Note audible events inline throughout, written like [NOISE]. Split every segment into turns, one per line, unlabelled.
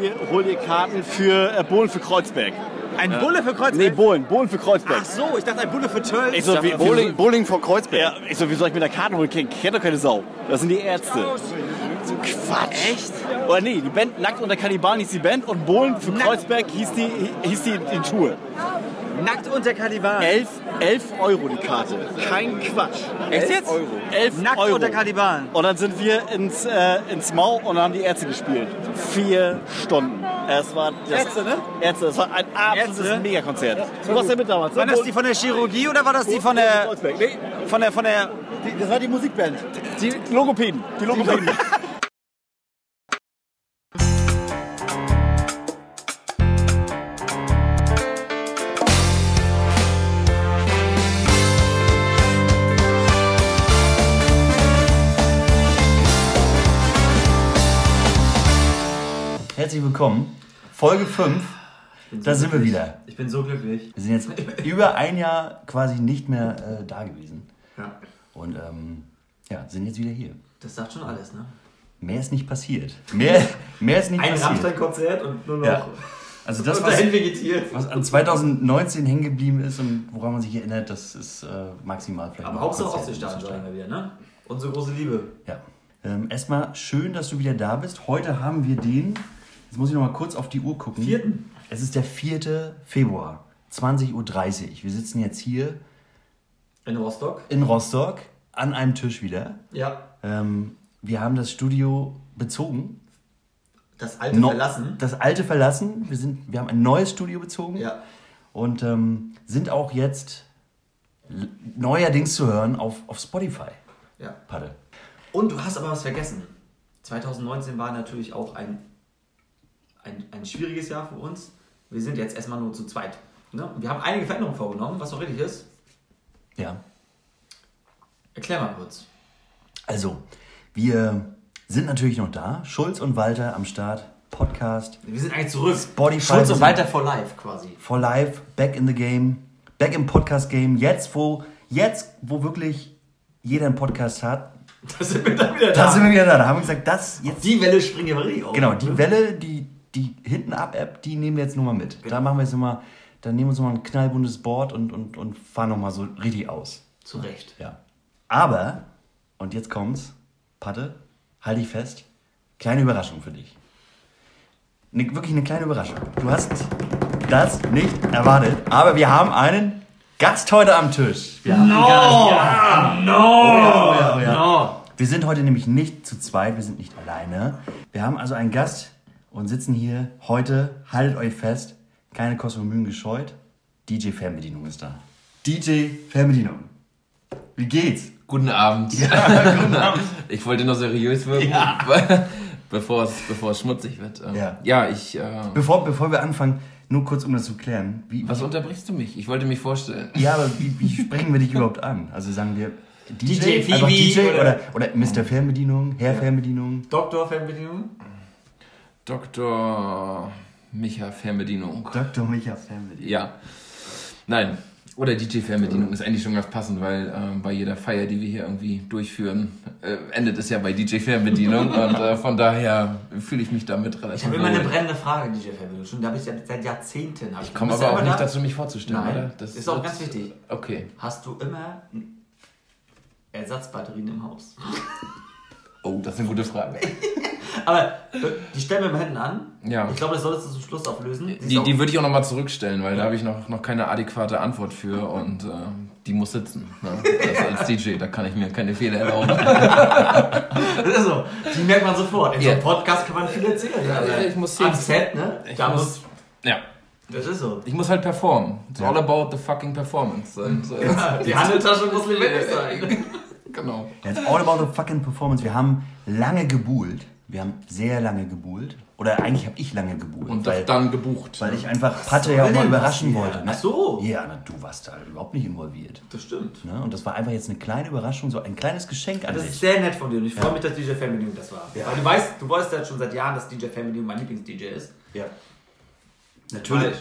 Hier, hol dir Karten für äh, Bohlen für Kreuzberg.
Ein Bulle für Kreuzberg?
Nee, Bohlen, Bohlen für Kreuzberg.
Ach so, ich dachte ein Bulle für Tölz.
Ich so, wie,
Bowling, Bowling vor
wie,
Kreuzberg.
ja, ich so, wie soll ich mir da Karten holen? Kennt kennt doch keine Sau. Das sind die Ärzte. Quatsch. Echt? Oder nee, die Band Nackt unter Kannibalen hieß die Band und Bohlen für
Nackt.
Kreuzberg hieß die, hieß die, die Tour.
Nackt unter Kannibalen.
11, 11 Euro die Karte. Kein Quatsch.
Echt jetzt?
11
Nackt
Euro.
unter Kannibalen.
Und dann sind wir ins, äh, ins Mau und dann haben die Ärzte gespielt. Vier Stunden. Es war das,
Ärzte, ne?
Ärzte, das war ein absolutes
Ärzte? ne?
Megakonzert. Du warst ja mit damals. ne?
War das die von der Chirurgie oder war das die von der.
Kreuzberg. Nee,
Von der. Von der.
Das war die Musikband.
die Logopäden. Die Logopäden.
Herzlich willkommen. Folge 5. Da sind wir wieder.
Ich bin so glücklich.
Wir sind jetzt über ein Jahr quasi nicht mehr äh, da gewesen.
Ja.
Und ähm, ja, sind jetzt wieder hier.
Das sagt schon alles, ne?
Mehr ist nicht passiert. Mehr, mehr ist nicht
Ein
passiert.
Rammstein-Konzert und nur noch
Ja. Also das, was,
dahin vegetiert.
was an 2019 hängen geblieben ist und woran man sich erinnert, das ist äh, maximal vielleicht.
Aber
noch
Hauptsache
Konzerte
Ostseestadion
zu
sagen wir wieder, ne? Unsere große Liebe.
Ja. Ähm, erstmal schön, dass du wieder da bist. Heute haben wir den, jetzt muss ich noch mal kurz auf die Uhr gucken.
Vierten.
Es ist der 4. Februar, 20.30 Uhr. Wir sitzen jetzt hier
In Rostock.
in Rostock an einem Tisch wieder.
Ja.
Ähm, wir haben das Studio bezogen.
Das alte
No-
verlassen.
Das alte verlassen. Wir, sind, wir haben ein neues Studio bezogen.
Ja.
Und ähm, sind auch jetzt l- neuerdings zu hören auf, auf Spotify.
Ja.
Paddel.
Und du hast aber was vergessen. 2019 war natürlich auch ein, ein, ein schwieriges Jahr für uns. Wir sind jetzt erstmal nur zu zweit. Ne? Wir haben einige Veränderungen vorgenommen, was auch richtig ist.
Ja.
Erklär mal kurz.
Also, wir sind natürlich noch da. Schulz und Walter am Start. Podcast.
Wir sind eigentlich zurück.
Spotify-
Schulz und weiter for life quasi. [LAUGHS]
for life, back in the game, back im Podcast Game, jetzt wo jetzt wo wirklich jeder einen Podcast hat.
Da sind wir dann wieder
Da
da.
sind wir wieder da. Da haben wir gesagt, das jetzt
Die Welle springen wir richtig auf.
genau, die Welle, die die hinten ab App, die nehmen wir jetzt nur mal mit. Da machen wir jetzt immer dann nehmen wir uns noch mal ein knallbuntes Board und und und fahren noch mal so richtig aus.
Zu Recht.
Ja. Aber und jetzt kommt's. Patte, halt dich fest. Kleine Überraschung für dich. Ne, wirklich eine kleine Überraschung. Du hast das nicht erwartet, aber wir haben einen Gast heute am Tisch. Wir haben no! Ja, no! Oh ja, oh ja, oh ja. Wir sind heute nämlich nicht zu zweit, wir sind nicht alleine. Wir haben also einen Gast und sitzen hier heute, haltet euch fest, keine Kosmomühen gescheut. DJ Fernbedienung ist da. DJ Fernbedienung. Wie geht's?
Guten Abend. [LAUGHS] Ich wollte noch seriös wirken, [LAUGHS] bevor, es, bevor es schmutzig wird. Ähm,
Ja.
ja, ich. Äh,
Bevor, bevor wir anfangen, nur kurz um das zu klären. Wie,
was unterbrichst du mich? Ich wollte mich vorstellen.
Ja, aber wie, wie
[LAUGHS]
sprechen wir dich überhaupt an? Also sagen wir DJ,
DJ Phoebe
einfach DJ oder,
oder-
oder Mr. Fernbedienung, Herr Fernbedienung.
Doktor Fernbedienung?
Dr. Micha Fernbedienung.
Dr. Micha Fernbedienung.
Ja. Nein. Oder DJ Fernbedienung ist eigentlich schon ganz passend, weil ähm, bei jeder Feier, die wir hier irgendwie durchführen, äh, endet es ja bei
[LAUGHS]
DJ Fernbedienung. und äh, von daher fühle ich mich damit relativ.
Ich habe immer eine
wohl.
brennende Frage, DJ Fernbedienung. Schon da bist du ja seit Jahrzehnten. hab Ich
Komm
Bist
aber
du
auch
immer
nicht
da-
dazu, mich vorzustellen,
Nein,
oder?
ist auch ganz wichtig.
Okay.
Hast du immer Ersatzbatterien im Haus?
Oh, das ist eine gute Frage.
Aber äh, die stellen wir mal hinten an.
Ja.
Ich glaube, das solltest du zum Schluss auflösen. Sie ist
Die,
auch- [LAUGHS]
die würde ich auch nochmal zurückstellen, weil da habe ich noch, noch keine adäquate Antwort für und äh, die muss sitzen. Ne? Das als DJ, da kann ich mir keine Fehler erlauben.
das ist so. Also, Die merkt man sofort. In so einem
Ja.
Podcast kann man viel erzählen. aber
[LAUGHS] ich muss
Am
sehen.
Set, ne?
Ich
da
muss-
muss,
Ja,
das ist so.
ich muss halt performen. It's all about the fucking performance. Und, äh,
Die Handeltasche muss lebendig
[LAUGHS]
sein.
genau.
It's all about the fucking performance. Wir haben lange gebuhlt. Wir haben sehr lange gebuhlt. Oder eigentlich habe ich lange gebuhlt.
Und
weil,
das dann gebucht.
weil ich einfach Patte ja auch
soll
mal
denn
überraschen
passieren?
wollte. Ne?
Ach so.
Ja, na, du warst da überhaupt nicht involviert.
Das stimmt.
Ne? Und das war einfach jetzt eine kleine Überraschung, so ein kleines Geschenk an
Das
dich.
ist sehr nett von dir und ich freue mich, dass DJ Fernbedienung das war. Weil du weißt, du weißt ja schon seit Jahren, dass DJ Fernbedienung mein Lieblings-DJ ist.
Ja.
Natürlich.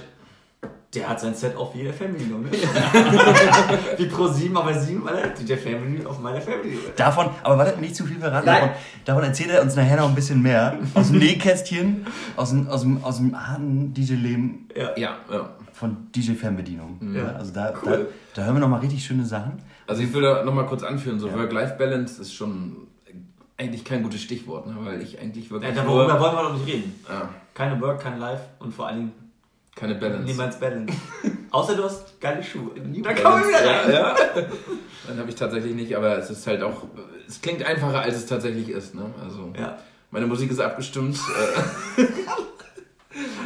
der hat sein Set auf jeder Family
[LAUGHS]
genommen. Wie pro 7 auf der 7, Alter. DJ Family auf meiner Family.
Davon, aber warte, nicht zu viel verraten.
Nein.
Davon, davon erzählt er uns nachher noch ein bisschen mehr.
[LAUGHS]
Aus dem Nähkästchen, aus dem, aus dem, aus dem harten DJ-Leben
Ja, ja.
von DJ-Fernbedienung. Ja, also da,
Mhm. Cool.
da, da hören wir nochmal richtig schöne Sachen.
Also ich würde noch mal kurz anführen, so Work-Life-Balance ist schon eigentlich kein gutes Stichwort, ne? weil ich eigentlich
Ja,
wirklich nur
darüber wollen wir doch nicht reden.
ja,
Keine Work, kein Life und vor allen Dingen
keine Balance.
niemals Balance. Außer du hast geile Schuhe. Da kommen wir
Balance,
wieder rein.
ja, ja. Dann habe ich tatsächlich nicht, aber es ist halt auch, es klingt einfacher, als es tatsächlich ist. Ne? Also
Ja.
meine Musik ist abgestimmt. äh, [LAUGHS]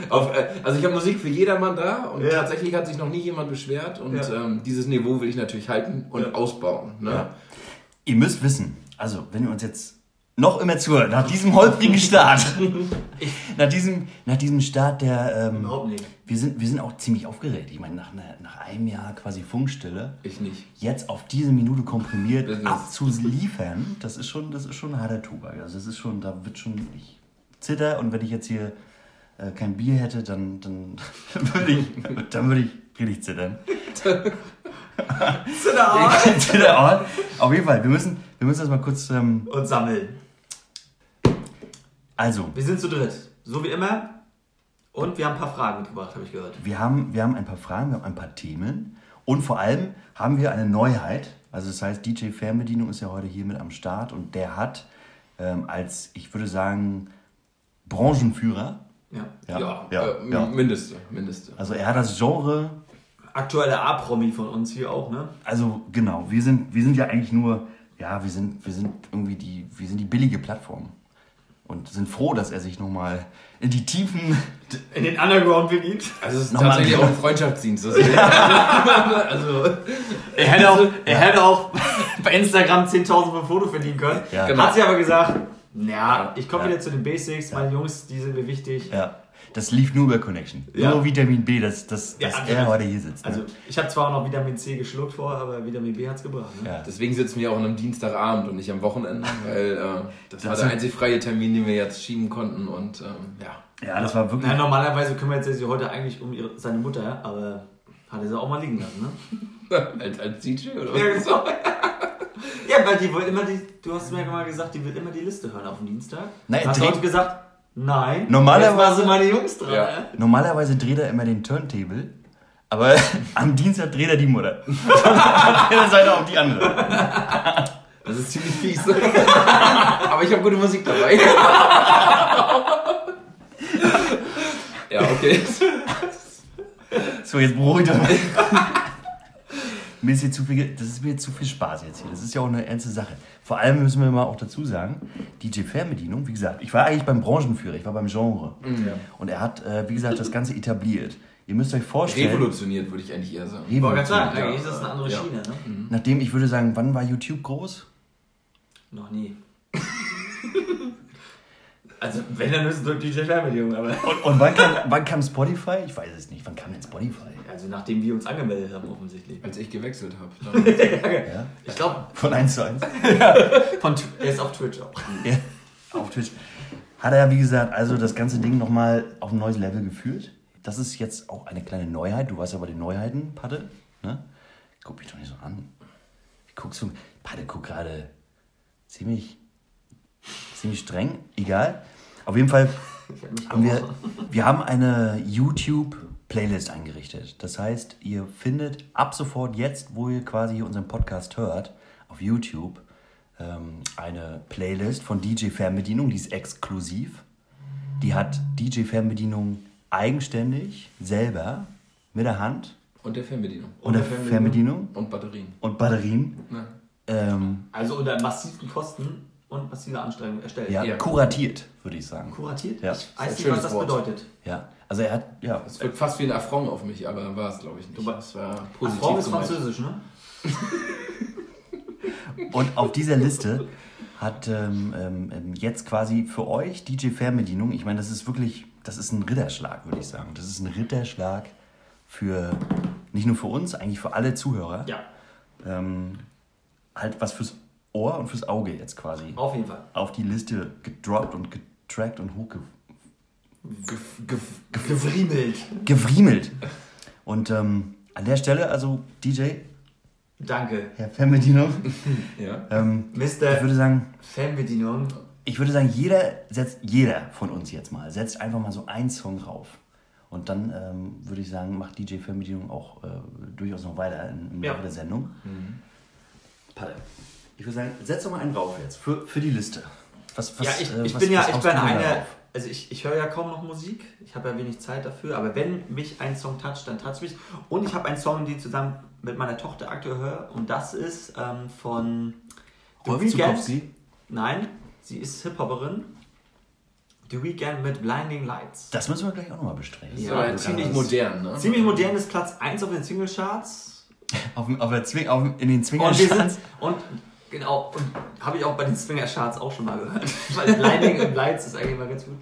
Auf, äh, also ich habe Musik für jedermann da und
Ja.
tatsächlich hat sich noch nie jemand beschwert und
Ja.
ähm, dieses Niveau will ich natürlich halten und
Ja.
ausbauen. Ne?
Ihr müsst wissen, also wenn ihr uns jetzt noch immer zuhört, nach diesem holprigen Start, [LAUGHS] nach diesem, nach diesem Start der, ähm,
Überhaupt nicht.
wir sind, wir sind auch ziemlich aufgeregt. Ich meine, nach, einer, nach einem Jahr quasi Funkstille,
Ich nicht.
jetzt auf diese Minute komprimiert
Business.
abzuliefern, das ist schon, das ist schon ein harter Tobak. Also das ist schon, da wird schon, ich zitter und wenn ich jetzt hier äh, kein Bier hätte, dann, dann [LAUGHS] würde ich, dann würde ich richtig zittern. [LAUGHS] Zitterort. oh, Auf jeden Fall, wir müssen, wir müssen das mal kurz, ähm,
[LAUGHS] Und sammeln.
also,
Wir sind zu dritt. So wie immer. Und wir haben ein paar Fragen mitgebracht, habe ich gehört.
Wir haben, wir haben ein paar Fragen, wir haben ein paar Themen und vor allem haben wir eine Neuheit. Also das heißt, DJ Fernbedienung ist ja heute hier mit am Start und der hat ähm, als, ich würde sagen, Branchenführer.
Ja.
Ja,
ja,
äh,
ja.
Mindeste, Mindeste.
Also er hat das Genre,
Aktueller A-Promi von uns hier auch, ne?
also genau, wir sind, wir sind ja eigentlich nur, ja, wir sind, wir sind irgendwie die, wir sind die billige Plattform. Und sind froh, dass er sich nochmal in die Tiefen [LAUGHS]
In den Underground begibt.
Also es ist
Nochmal-
tatsächlich auch ein Freundschaftsdienst. Das ist also
Er hätte auch, [LAUGHS] er hätte auch bei Instagram 10.000 für ein Foto verdienen können.
Ja.
Hat sie aber gesagt, na, ich komme
Ja.
wieder zu den Basics, meine Jungs, die sind mir wichtig.
Ja, das lief nur über Connection.
Ja.
Nur Vitamin B, dass, dass,
Ja,
dass
absolut.
er heute hier sitzt. ne?
Also ich habe zwar auch noch Vitamin C geschluckt vorher, aber Vitamin B hat es gebracht. Ne?
Ja.
deswegen sitzen wir auch an einem Dienstagabend und nicht am Wochenende, weil äh, das, war
Das
der
sind-
einzig freie Termin, den wir jetzt schieben konnten und ähm, ja. [LAUGHS]
ja, das war wirklich.
Na, normalerweise kümmert sie sich heute eigentlich um ihre, seine Mutter, aber hat er sie auch mal liegen lassen, ne?
Als, als DJ oder
Ja,
was?
genau. ja, weil die wollte immer die, du hast mir ja mal gesagt, die will immer die Liste hören auf dem Dienstag.
Nein,
hast du
die-
heute gesagt, nein.
Normalerweise-
Jetzt waren sie meine Jungs dran.
Ja.
ne?
Normalerweise dreht er immer den Turntable,
[LAUGHS]
aber am Dienstag dreht er die Mutter. Von einer Seite auf die andere.
Das ist ziemlich fies. Aber ich habe gute Musik dabei. ja, okay.
So, jetzt beruhigt er mich. [LAUGHS] Mir ist hier zu viel, ge- das ist mir jetzt zu viel Spaß jetzt hier. Das ist ja auch eine ernste Sache. Vor allem müssen wir mal auch dazu sagen, DJ Fernbedienung, wie gesagt, ich war eigentlich beim Branchenführer, ich war beim Genre. Und er hat, äh, wie gesagt, das Ganze etabliert. Ihr müsst euch vorstellen.
Revolutioniert würde ich eigentlich eher sagen.
Ich wollte
Revolutioniert.
gerade sagen, eigentlich ist das eine andere Schiene, ne?
Nachdem, ich würde sagen, wann war YouTube groß?
Noch nie. [LAUGHS] also, wenn, dann müssen wir DJ Fernbedienung, aber.
Und, und wann, kam, wann kam Spotify? Ich weiß es nicht. Wann kam denn Spotify?
Also, nachdem wir uns angemeldet haben, offensichtlich.
Als ich gewechselt habe.
Ich glaube,
Von 1 zu 1.
von Tw- er ist auf Twitch auch.
ja, auf Twitch. Hat er, wie gesagt, also das ganze Ding nochmal auf ein neues Level geführt. Das ist jetzt auch eine kleine Neuheit. Du weißt ja bei den Neuheiten, Patte. Ne? Guck mich doch nicht so an. Ich guck so. Patte guck gerade ziemlich, ziemlich streng. Egal. Auf jeden [LAUGHS] Fall haben wir, wir haben eine YouTube-Playlist eingerichtet. Das heißt, ihr findet ab sofort jetzt, wo ihr quasi hier unseren Podcast hört, auf YouTube ähm, eine Playlist von DJ Fernbedienung, die ist exklusiv. Die hat DJ Fernbedienung eigenständig, selber, mit der Hand
Und der Fernbedienung.
und der Fernbedienung
Und Batterien.
und Batterien
Ne?
ähm,
Also, unter massiven Kosten und massiver Anstrengung erstellt.
ja,
Ja.
kuratiert, würde ich sagen.
Kuratiert?
Ja.
Ich weiß
Ein
nicht, was
schönes
das
Wort.
bedeutet.
Ja, also er hat, ja,
Es wirkt fast wie ein Affront auf mich, aber war es, glaube ich, nicht.
Du-
Es war
Ach,
positiv
Frau ist
gemeint.
französisch, ne?
Und auf dieser Liste hat ähm, ähm, ähm, jetzt quasi für euch DJ Fernbedienung, ich meine, das ist wirklich, das ist ein Ritterschlag, würde ich sagen. Das ist ein Ritterschlag für, nicht nur für uns, eigentlich für alle Zuhörer.
Ja,
Ähm, halt was fürs Ohr und fürs Auge jetzt quasi
auf jeden Fall.
auf die Liste gedroppt und getrackt und hochge
Gef- gef-
Gefriemelt.
gefriemelt. Und ähm, an der Stelle, also DJ,
Danke.
Herr Fernbedienung,
Ja.
ähm, ich
Mr.
würde sagen,
Fanbedienung.
ich würde sagen, jeder setzt, jeder von uns jetzt mal, setzt einfach mal so einen Song rauf. Und dann ähm, würde ich sagen, macht DJ Fernbedienung auch äh, durchaus noch weiter in, im
Ja. Mhm.
Laufe der Sendung. Palle, ich würde sagen, setz doch mal einen rauf jetzt für, für die Liste. Was, was,
ja, ich,
äh,
ich
was-
bin ja,
was
ich
haust
bin
du da
eine,
rauf?
also ich, ich höre ja kaum noch Musik, ich habe ja wenig Zeit dafür, aber wenn mich ein Song toucht, dann toucht mich. Und ich habe einen Song, den ich zusammen mit meiner Tochter aktuell höre und das ist ähm, von The
Rolf
Weeknd.
Zukowski?
Nein, sie ist Hip-Hopperin. The Weeknd mit Blinding Lights.
Das müssen wir gleich auch nochmal bestreiten.
Ja,
So, aber ziemlich modern, ne?
Ziemlich modern ist Platz 1 auf den Singlecharts.
Auf, dem- auf der Zwing, auf, dem- in den
Und, Oh, wir sind,
Zwingerschanz.
und genau, und habe ich auch bei den Swinger-Charts auch schon mal gehört. [LAUGHS] Weil Blinding und Lights ist eigentlich mal ganz gut.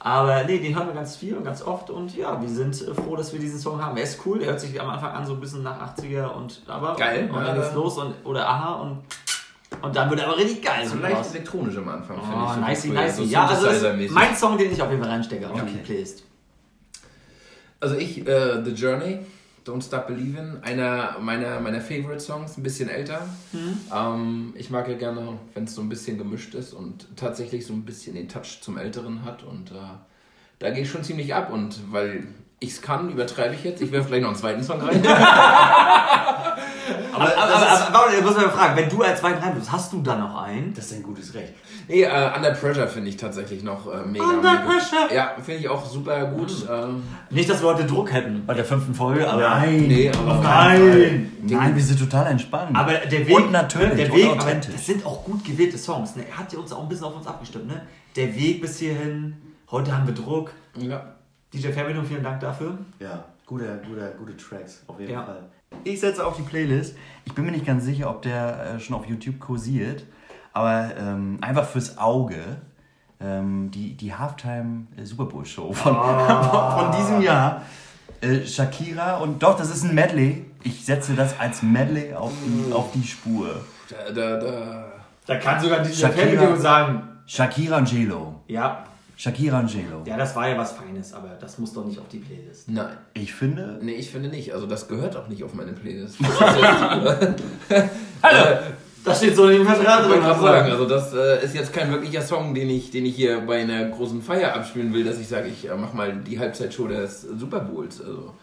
Aber nee, den hören wir ganz viel und ganz oft und ja, wir sind äh, froh, dass wir diesen Song haben. Er ist cool, er hört sich am Anfang an so ein bisschen nach 80er und aber
Geil, äh,
und dann
ja.
geht's los und oder aha und und dann wird er aber richtig geil.
So
So
leicht
raus.
elektronisch am Anfang, finde ich.
Oh,
so
nicey,
cool.
nicey.
So
Ja, also das ist
Synthesizer-mäßig.
mein Song, den ich auf jeden Fall reinstecke auf die Playlist.
Also ich, äh, The Journey, Don't Stop Believin', einer meiner, meiner Favorite Songs, ein bisschen älter.
Mhm.
Ähm, ich mag ja gerne, wenn es so ein bisschen gemischt ist und tatsächlich so ein bisschen den Touch zum Älteren hat und äh, da gehe ich schon ziemlich ab und weil ich es kann, übertreibe ich jetzt. Ich werfe gleich noch einen zweiten Song rein.
[LAUGHS] Aber, aber, aber, aber warte, ich muss mal fragen, wenn du als zweiten rein bist, hast du dann noch einen?
Das ist ein gutes Recht.
Nee, äh, Under Pressure finde ich tatsächlich noch äh, mega.
Under
mega.
Pressure. Mhm.
Ja, finde ich auch super gut. Ähm,
Nicht, dass Leute Druck hätten.
Bei der fünften Folge, aber. Nein!
nee, aber
Nein!
Nein, wir sind total entspannt.
Aber der Weg,
Und natürlich,
der
und
Weg, aber
authentisch.
das sind auch gut gewählte Songs. Ne? Er hat ja uns auch ein bisschen auf uns abgestimmt. Ne? Der Weg bis hierhin, heute haben wir Druck.
ja.
DJ Fernbedienung, vielen Dank dafür.
Ja, guter, guter, gute Tracks, auf jeden
Ja.
Fall. Ich setze auf die Playlist. Ich bin mir nicht ganz sicher, ob der äh, schon auf YouTube kursiert, aber ähm, einfach fürs Auge. Ähm, die, die Halftime äh, Super Bowl Show von,
Ah.
[LAUGHS] von diesem Jahr. Äh, Shakira und doch, das ist ein Medley. Ich setze das als Medley auf
Mm.
die, auf die Spur.
Da, da, da.
Da kann sogar DJ
Shakira. Fernbedienung
sagen.
Shakira und J-Lo.
Ja,
Shakira und J-Lo.
ja, das war ja was Feines, aber das muss doch nicht auf die Playlist.
Nein.
Ich finde,
Nee, ich finde nicht. Also das gehört auch nicht auf
[LAUGHS]
meine Playlist. Das ist jetzt- Hallo!
Das steht so in dem Vertrag
Ich wollte gerade sagen,
drin.
also das äh, ist jetzt kein wirklicher Song, den ich, den ich hier bei einer großen Feier abspielen will, dass ich sage, ich äh, mach mal die Halbzeitshow des Super Bowls. Also,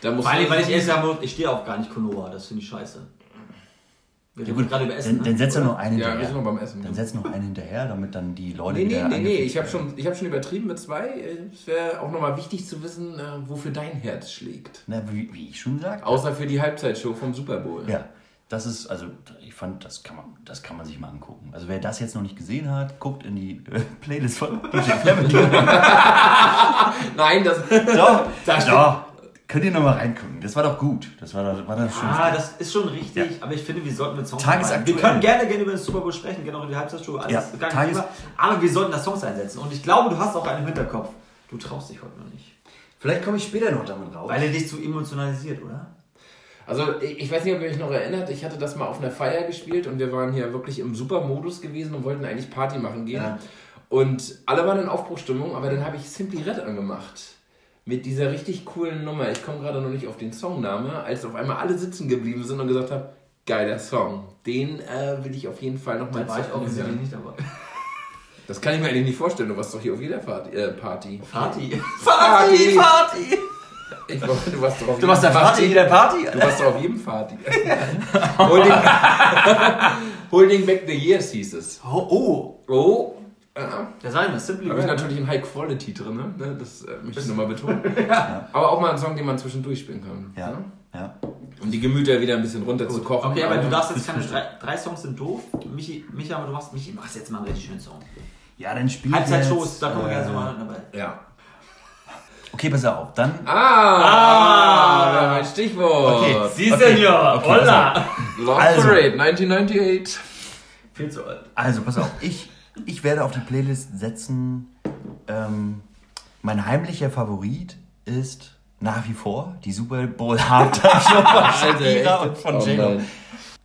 da muss
Weil, weil ich ehrlich sagen muss, ich stehe auch gar nicht Konoha, das finde ich scheiße. Wir
ja
reden
gut,
gerade über Essen. ne?
dann, dann setz doch noch einen
Ja, wir
hinterher.
sind noch beim Essen.
Dann setz noch einen hinterher, damit dann die Leute
Nee, nee,
wieder
nee, nee.
angefixt
Ich habe schon, ich hab schon übertrieben mit zwei. Äh, Es wäre auch nochmal wichtig zu wissen, äh, wofür dein Herz schlägt.
Na, wie, wie ich schon sagte.
Außer für die Halbzeitshow vom Super Bowl.
Ja, das ist, also ich fand, das kann man, das kann man sich mal angucken. Also wer das jetzt noch nicht gesehen hat, guckt in die äh, [LAUGHS] Playlist von DJ [LAUGHS] Family.
Nein, das. [LAUGHS]
doch,
Das stimmt.
doch. Könnt ihr nochmal reingucken. Das war doch gut. Das war doch, war doch schön.
Ah, das ist schon richtig, aber ich finde, wir sollten mit Songs
Tagesaktuell.
arbeiten. Wir können gerne, gerne über den Super Bowl sprechen, gerne auch über die Halbzeitshow, alles
Ja,
gar kein
Tages-
Thema. Aber wir sollten da Songs einsetzen. Und ich glaube, du hast auch einen im Hinterkopf. Du traust dich heute noch nicht.
Vielleicht komme ich später noch damit raus.
Weil er dich zu emotionalisiert, oder?
Also ich ich weiß nicht, ob ihr euch noch erinnert, ich hatte das mal auf einer Feier gespielt und wir waren hier wirklich im Supermodus gewesen und wollten eigentlich Party machen gehen. Und alle waren in Aufbruchstimmung, aber dann habe ich Simply Red angemacht. Mit dieser richtig coolen Nummer. Ich komme gerade noch nicht auf den Songname, als auf einmal alle sitzen geblieben sind und gesagt haben, geiler Song. Den äh, will ich auf jeden Fall nochmal
Da war ich offensichtlich nicht [LAUGHS] dabei.
Das kann ich mir eigentlich nicht vorstellen, du warst doch hier auf jeder Fahrt, äh, Party.
Party.
Party.
Party.
Ich, war- du warst doch auf
Du machst da
jeder
Party, jeder Party?
Du warst doch auf jedem Party. Holding, [LAUGHS] Holding [LAUGHS] Back the Years hieß es.
Oh, oh.
Oh. Ja,
Der sei mir, Simply
da habe ich
Red.
natürlich ein High Quality drin, ne? das äh, möchte ich nochmal [LAUGHS] betonen. Aber auch mal ein Song, den man zwischendurch spielen kann.
ja,
ne?
ja.
Um die Gemüter wieder ein bisschen runter zu kochen.
Okay, aber du darfst jetzt keine drei, drei Songs sind doof. Michi, Michi, aber du machst, Michi, machst jetzt mal einen richtig schönen Song.
Ja, dann spielen wir
Halbzeitshow,
jetzt,
da kommen wir
äh,
gerne so mal dabei.
Ja.
Okay, pass auf. Dann.
Ah! ah mein Stichwort.
Okay.
Sie, Senior.
Okay, pass auf.
Love
Also.
Parade 1998.
Viel zu alt.
Also, pass auf, ich, ich werde auf die Playlist setzen. Ähm, mein heimlicher Favorit ist nach wie vor die Super Bowl Halftime [LAUGHS] Show von Shakira und von
Oh
J-Lo.
nein.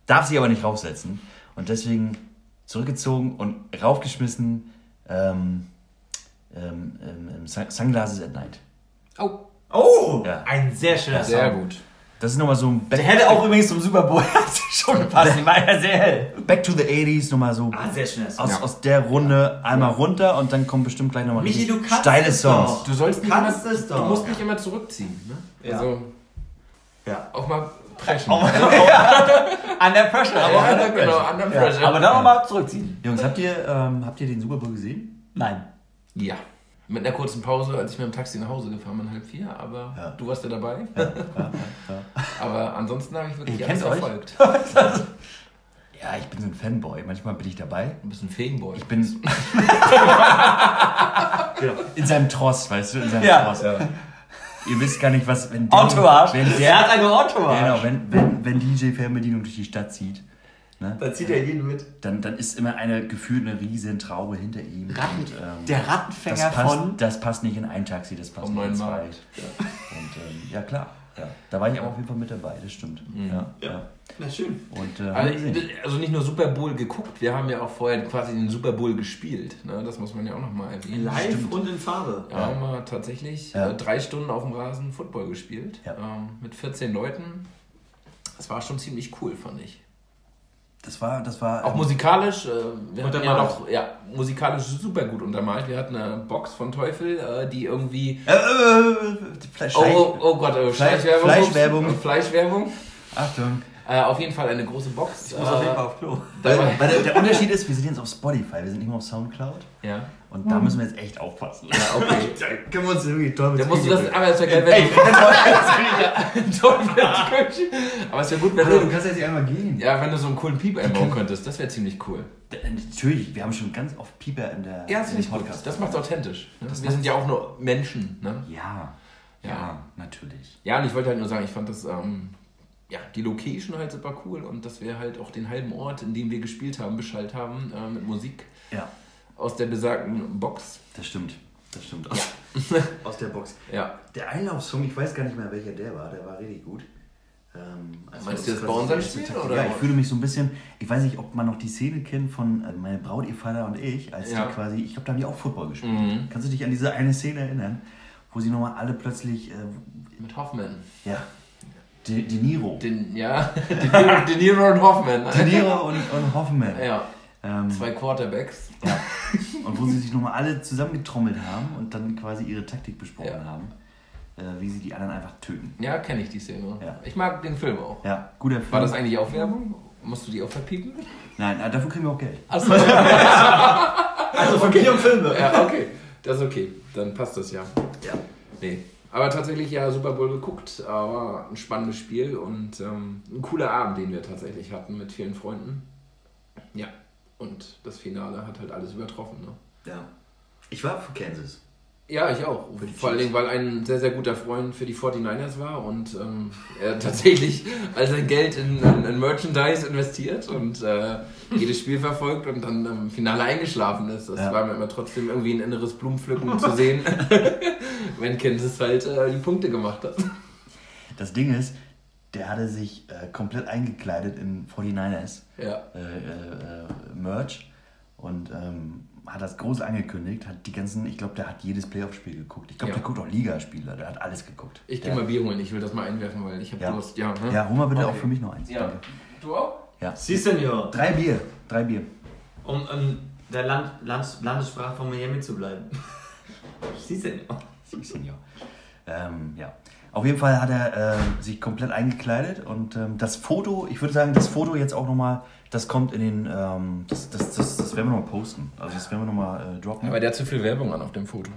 Darf sie aber nicht raufsetzen. Und deswegen zurückgezogen und ähm, raufgeschmissen. Ähm, ähm, ähm, Sun- Sunglasses at Night.
Au.
Oh,
Ja.
ein sehr schöner
Sehr
Song.
gut.
Das ist nochmal so ein
Der
Back,
hätte auch übrigens zum Super Bowl [LAUGHS] schon gepasst, war ja sehr hell.
Back to the 80s, nochmal so
Ah, sehr schöner Song.
aus, aus der Runde einmal runter und dann kommen bestimmt gleich nochmal
Michi,
richtig
du kannst
steile
es
Songs.
doch.
Du sollst nicht
Kannst
immer,
es doch.
Du musst nicht immer zurückziehen. Ne?
Ja.
Also
Ja.
auch mal preschen.
Under Pressure, aber,
Ja, genau, under pressure.
aber dann nochmal zurückziehen.
Jungs, habt ihr, ähm, habt ihr den Super Bowl gesehen?
Nein.
Ja. Mit einer kurzen Pause, als ich mit dem Taxi nach Hause gefahren bin, halb vier, aber du warst ja dabei. [LAUGHS] Aber ansonsten habe ich wirklich
Ihr
alles
kennt euch?
verfolgt.
Ja, ich bin so ein Fanboy. Manchmal bin ich dabei.
Du bist ein Fegenboy.
Ich bin. [LAUGHS] genau. In seinem Tross, weißt du? In seinem
Ja.
Tross. Ihr wisst gar nicht, was. Wenn der,
Entourage.
Wenn
er hat
der,
eine Entourage.
genau, wenn, wenn, wenn DJ Fernbedienung durch die Stadt zieht,
Da zieht er jeden mit.
dann, dann ist immer eine gefühlt eine riesen Traube hinter ihm.
Ratten,
Und, ähm,
der
das,
Rattenfänger
passt,
von.
das passt nicht in ein Taxi, das passt
Am
nicht in
neuen
zwei.
Markt.
Und ähm, ja, klar. Ja. Da war ich auch auf jeden Fall mit dabei, das stimmt. Ja, ja.
Na schön.
Und, äh, haben wir
Mhm. Also,
gesehen.
also nicht nur Super Bowl geguckt, wir haben ja auch vorher quasi den Super Bowl gespielt. Ne? Das muss man ja auch nochmal erwähnen.
Live und in Farbe.
Ja, haben wir tatsächlich
Ja.
äh, drei Stunden auf dem Rasen Football gespielt.
Ja.
Ähm, mit 14 Leuten. Das war schon ziemlich cool, fand ich.
das war, das war.
Auch
ähm,
musikalisch, äh, wir hatten ja
Untermalt.
noch, ja, musikalisch super gut untermalt. Wir hatten eine Box von Teufel, äh, die irgendwie.
Äh, äh, Fleisch.
Oh, oh, oh Gott, äh,
Fleisch-
Fleischwerbung.
Fleischwerbung.
Äh, Fleischwerbung.
Achtung.
Äh, auf jeden Fall eine große Box. Äh,
Ich muss auf jeden Fall auf Klo.
Weil, weil der, der Unterschied ist, wir sind jetzt auf Spotify, wir sind nicht mehr auf Soundcloud.
Ja.
Und
Hm.
da müssen wir jetzt echt aufpassen. Ja,
okay.
da können wir uns irgendwie toll
Da musst du das. Aber es wäre geil, wenn du. [LAUGHS] Teufelsküche. Aber es wäre gut, wenn
Du
du.
kannst jetzt nicht einmal gehen.
Ja, wenn du so einen coolen Piep einbauen könntest, das wäre ziemlich cool.
D- äh, Natürlich, wir haben schon ganz oft Pieper in der
Ja, das
in
finde
dem
ich gut. Das macht's authentisch. Ne? Wir sind ja auch nur Menschen. Ne?
ja, ja,
Ja.
natürlich.
Ja, und ich wollte halt nur sagen, ich fand das, ähm, ja, die Location halt super cool und dass wir halt auch den halben Ort, in dem wir gespielt haben, beschallt haben äh, mit Musik
Ja,
aus der besagten Box.
das stimmt. Das stimmt. Aus, [LAUGHS] aus der Box.
Ja.
Der Einlaufsong, ich weiß gar nicht mehr welcher der war, der war richtig gut. Ähm, also
Meinst du
das
jetzt
war
bei unserem
so-
Spiel,
so-
oder?
Ja, ich fühle mich so ein bisschen, ich weiß nicht, ob man noch die Szene kennt von äh, meine Braut, ihr Vater und ich, als
Ja.
die quasi, ich glaube, da haben die auch Football gespielt. Kannst du dich an diese eine Szene erinnern, wo sie nochmal alle plötzlich, äh,
Mit Hoffman.
ja, De, De Niro. De,
Den, ja, [LAUGHS] De Niro, De Niro und Hoffman.
Niro und, und Hoffman.
Ja,
Ähm,
zwei Quarterbacks.
und wo sie sich nochmal alle zusammengetrommelt haben und dann quasi ihre Taktik besprochen
Ja.
haben, äh, wie sie die anderen einfach töten.
Ja, kenne ich die Szene.
Ja.
Ich mag den Film auch.
Ja, guter Film.
War das eigentlich auch Werbung? Musst du die auch verpiepen?
Nein, äh, dafür kriegen wir auch Geld.
Achso.
Also von Kino und Filme.
Ja, okay. Das ist okay. Dann passt das ja.
Ja.
Nee. Aber tatsächlich ja Super Bowl geguckt, aber ein spannendes Spiel und ähm, ein cooler Abend, den wir tatsächlich hatten mit vielen Freunden. Ja. Und das Finale hat halt alles übertroffen. Ne?
Ja. Ich war für Kansas.
Ja, ich auch. Vor allen Dingen, weil ein sehr, sehr guter Freund für die 49ers war und ähm, er [LAUGHS] tatsächlich all sein Geld in, in, in Merchandise investiert und äh, jedes Spiel verfolgt und dann im Finale eingeschlafen ist. Das
Ja.
war mir immer trotzdem irgendwie ein inneres Blumenpflücken zu
[LAUGHS]
sehen, wenn Kansas halt äh, die Punkte gemacht hat.
Das Ding ist, der hatte sich äh, komplett eingekleidet in 49ers
Ja.
äh, äh, äh, Merch und ähm, hat das groß angekündigt, hat die ganzen, ich glaube, der hat jedes Playoff-Spiel geguckt. Ich glaube,
Ja.
der guckt auch Ligaspieler, der hat alles geguckt.
Ich
der,
gehe mal Bier holen, ich will das mal einwerfen, weil ich habe
Ja.
Durst. Ja, ne?
Ja, hol mal bitte
Okay.
auch für mich noch eins.
Ja.
danke.
Du auch?
ja.
Sie, Senior.
Drei Bier, drei Bier.
Um in der Land, Landes- Landessprache von Miami zu bleiben. [LAUGHS] Sie, Senior.
Sie, Senior. Ähm, ja. Auf jeden Fall hat er äh, sich komplett eingekleidet und ähm, das Foto, ich würde sagen, das Foto jetzt auch nochmal, das kommt in den, ähm, das, das, das, das werden wir nochmal posten. Also das werden wir nochmal äh, droppen.
Aber der hat zu viel Werbung an auf dem Foto.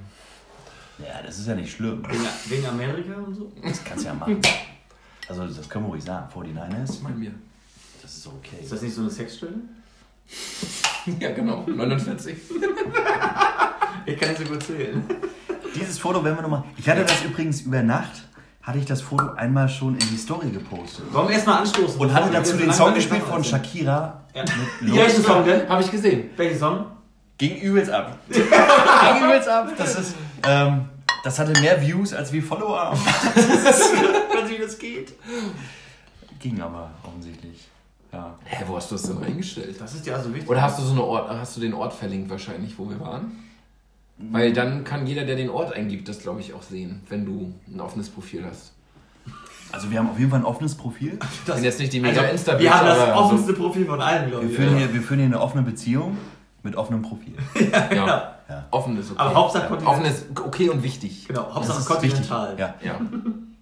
ja, das ist ja nicht schlimm.
Wegen, wegen Amerika und so?
Das kannst du ja machen. Also das können wir ruhig sagen. 49ers,
Mein Bier.
das ist okay.
Ist das nicht so eine Sexstelle?
[LAUGHS] Ja, genau. 49.
Ich kann nicht so gut zählen.
Dieses Foto werden wir nochmal... Ich hatte das übrigens über Nacht, hatte ich das Foto einmal schon in die Story gepostet.
Wollen wir erstmal anstoßen?
Und hatte
bevor wir
dazu
so
den
lange
Song
bei der
gespielt
Sache
von
sind?
Shakira.
Ja. Welchen Song denn?
Habe ich gesehen.
Welchen Song?
Ging übelst ab. Ging übelst ab. Das ist. Ähm, das hatte mehr Views als wir Follower. Weiß wie das geht. Ging aber offensichtlich. Ja.
Hä, wo hast du das denn reingestellt?
Das ist ja also wichtig.
Oder hast du so eine Ort, hast du den Ort verlinkt wahrscheinlich, wo wir waren? Weil dann kann jeder, der den Ort eingibt, das glaube ich auch sehen, wenn du ein offenes Profil hast.
Also wir haben auf jeden Fall ein offenes Profil.
Das sind jetzt nicht die mega
Also,
insta
wir haben das
aber so,
offenste Profil von allen, glaube
Wir
ich.
führen, hier, wir führen hier eine offene Beziehung mit offenem Profil.
ja. Offen ist okay.
Aber Hauptsache
Offen
kontinental.
ist okay und wichtig.
Genau,
Das
Hauptsache
ist wichtig.
kontinental.
Ja,
Ja.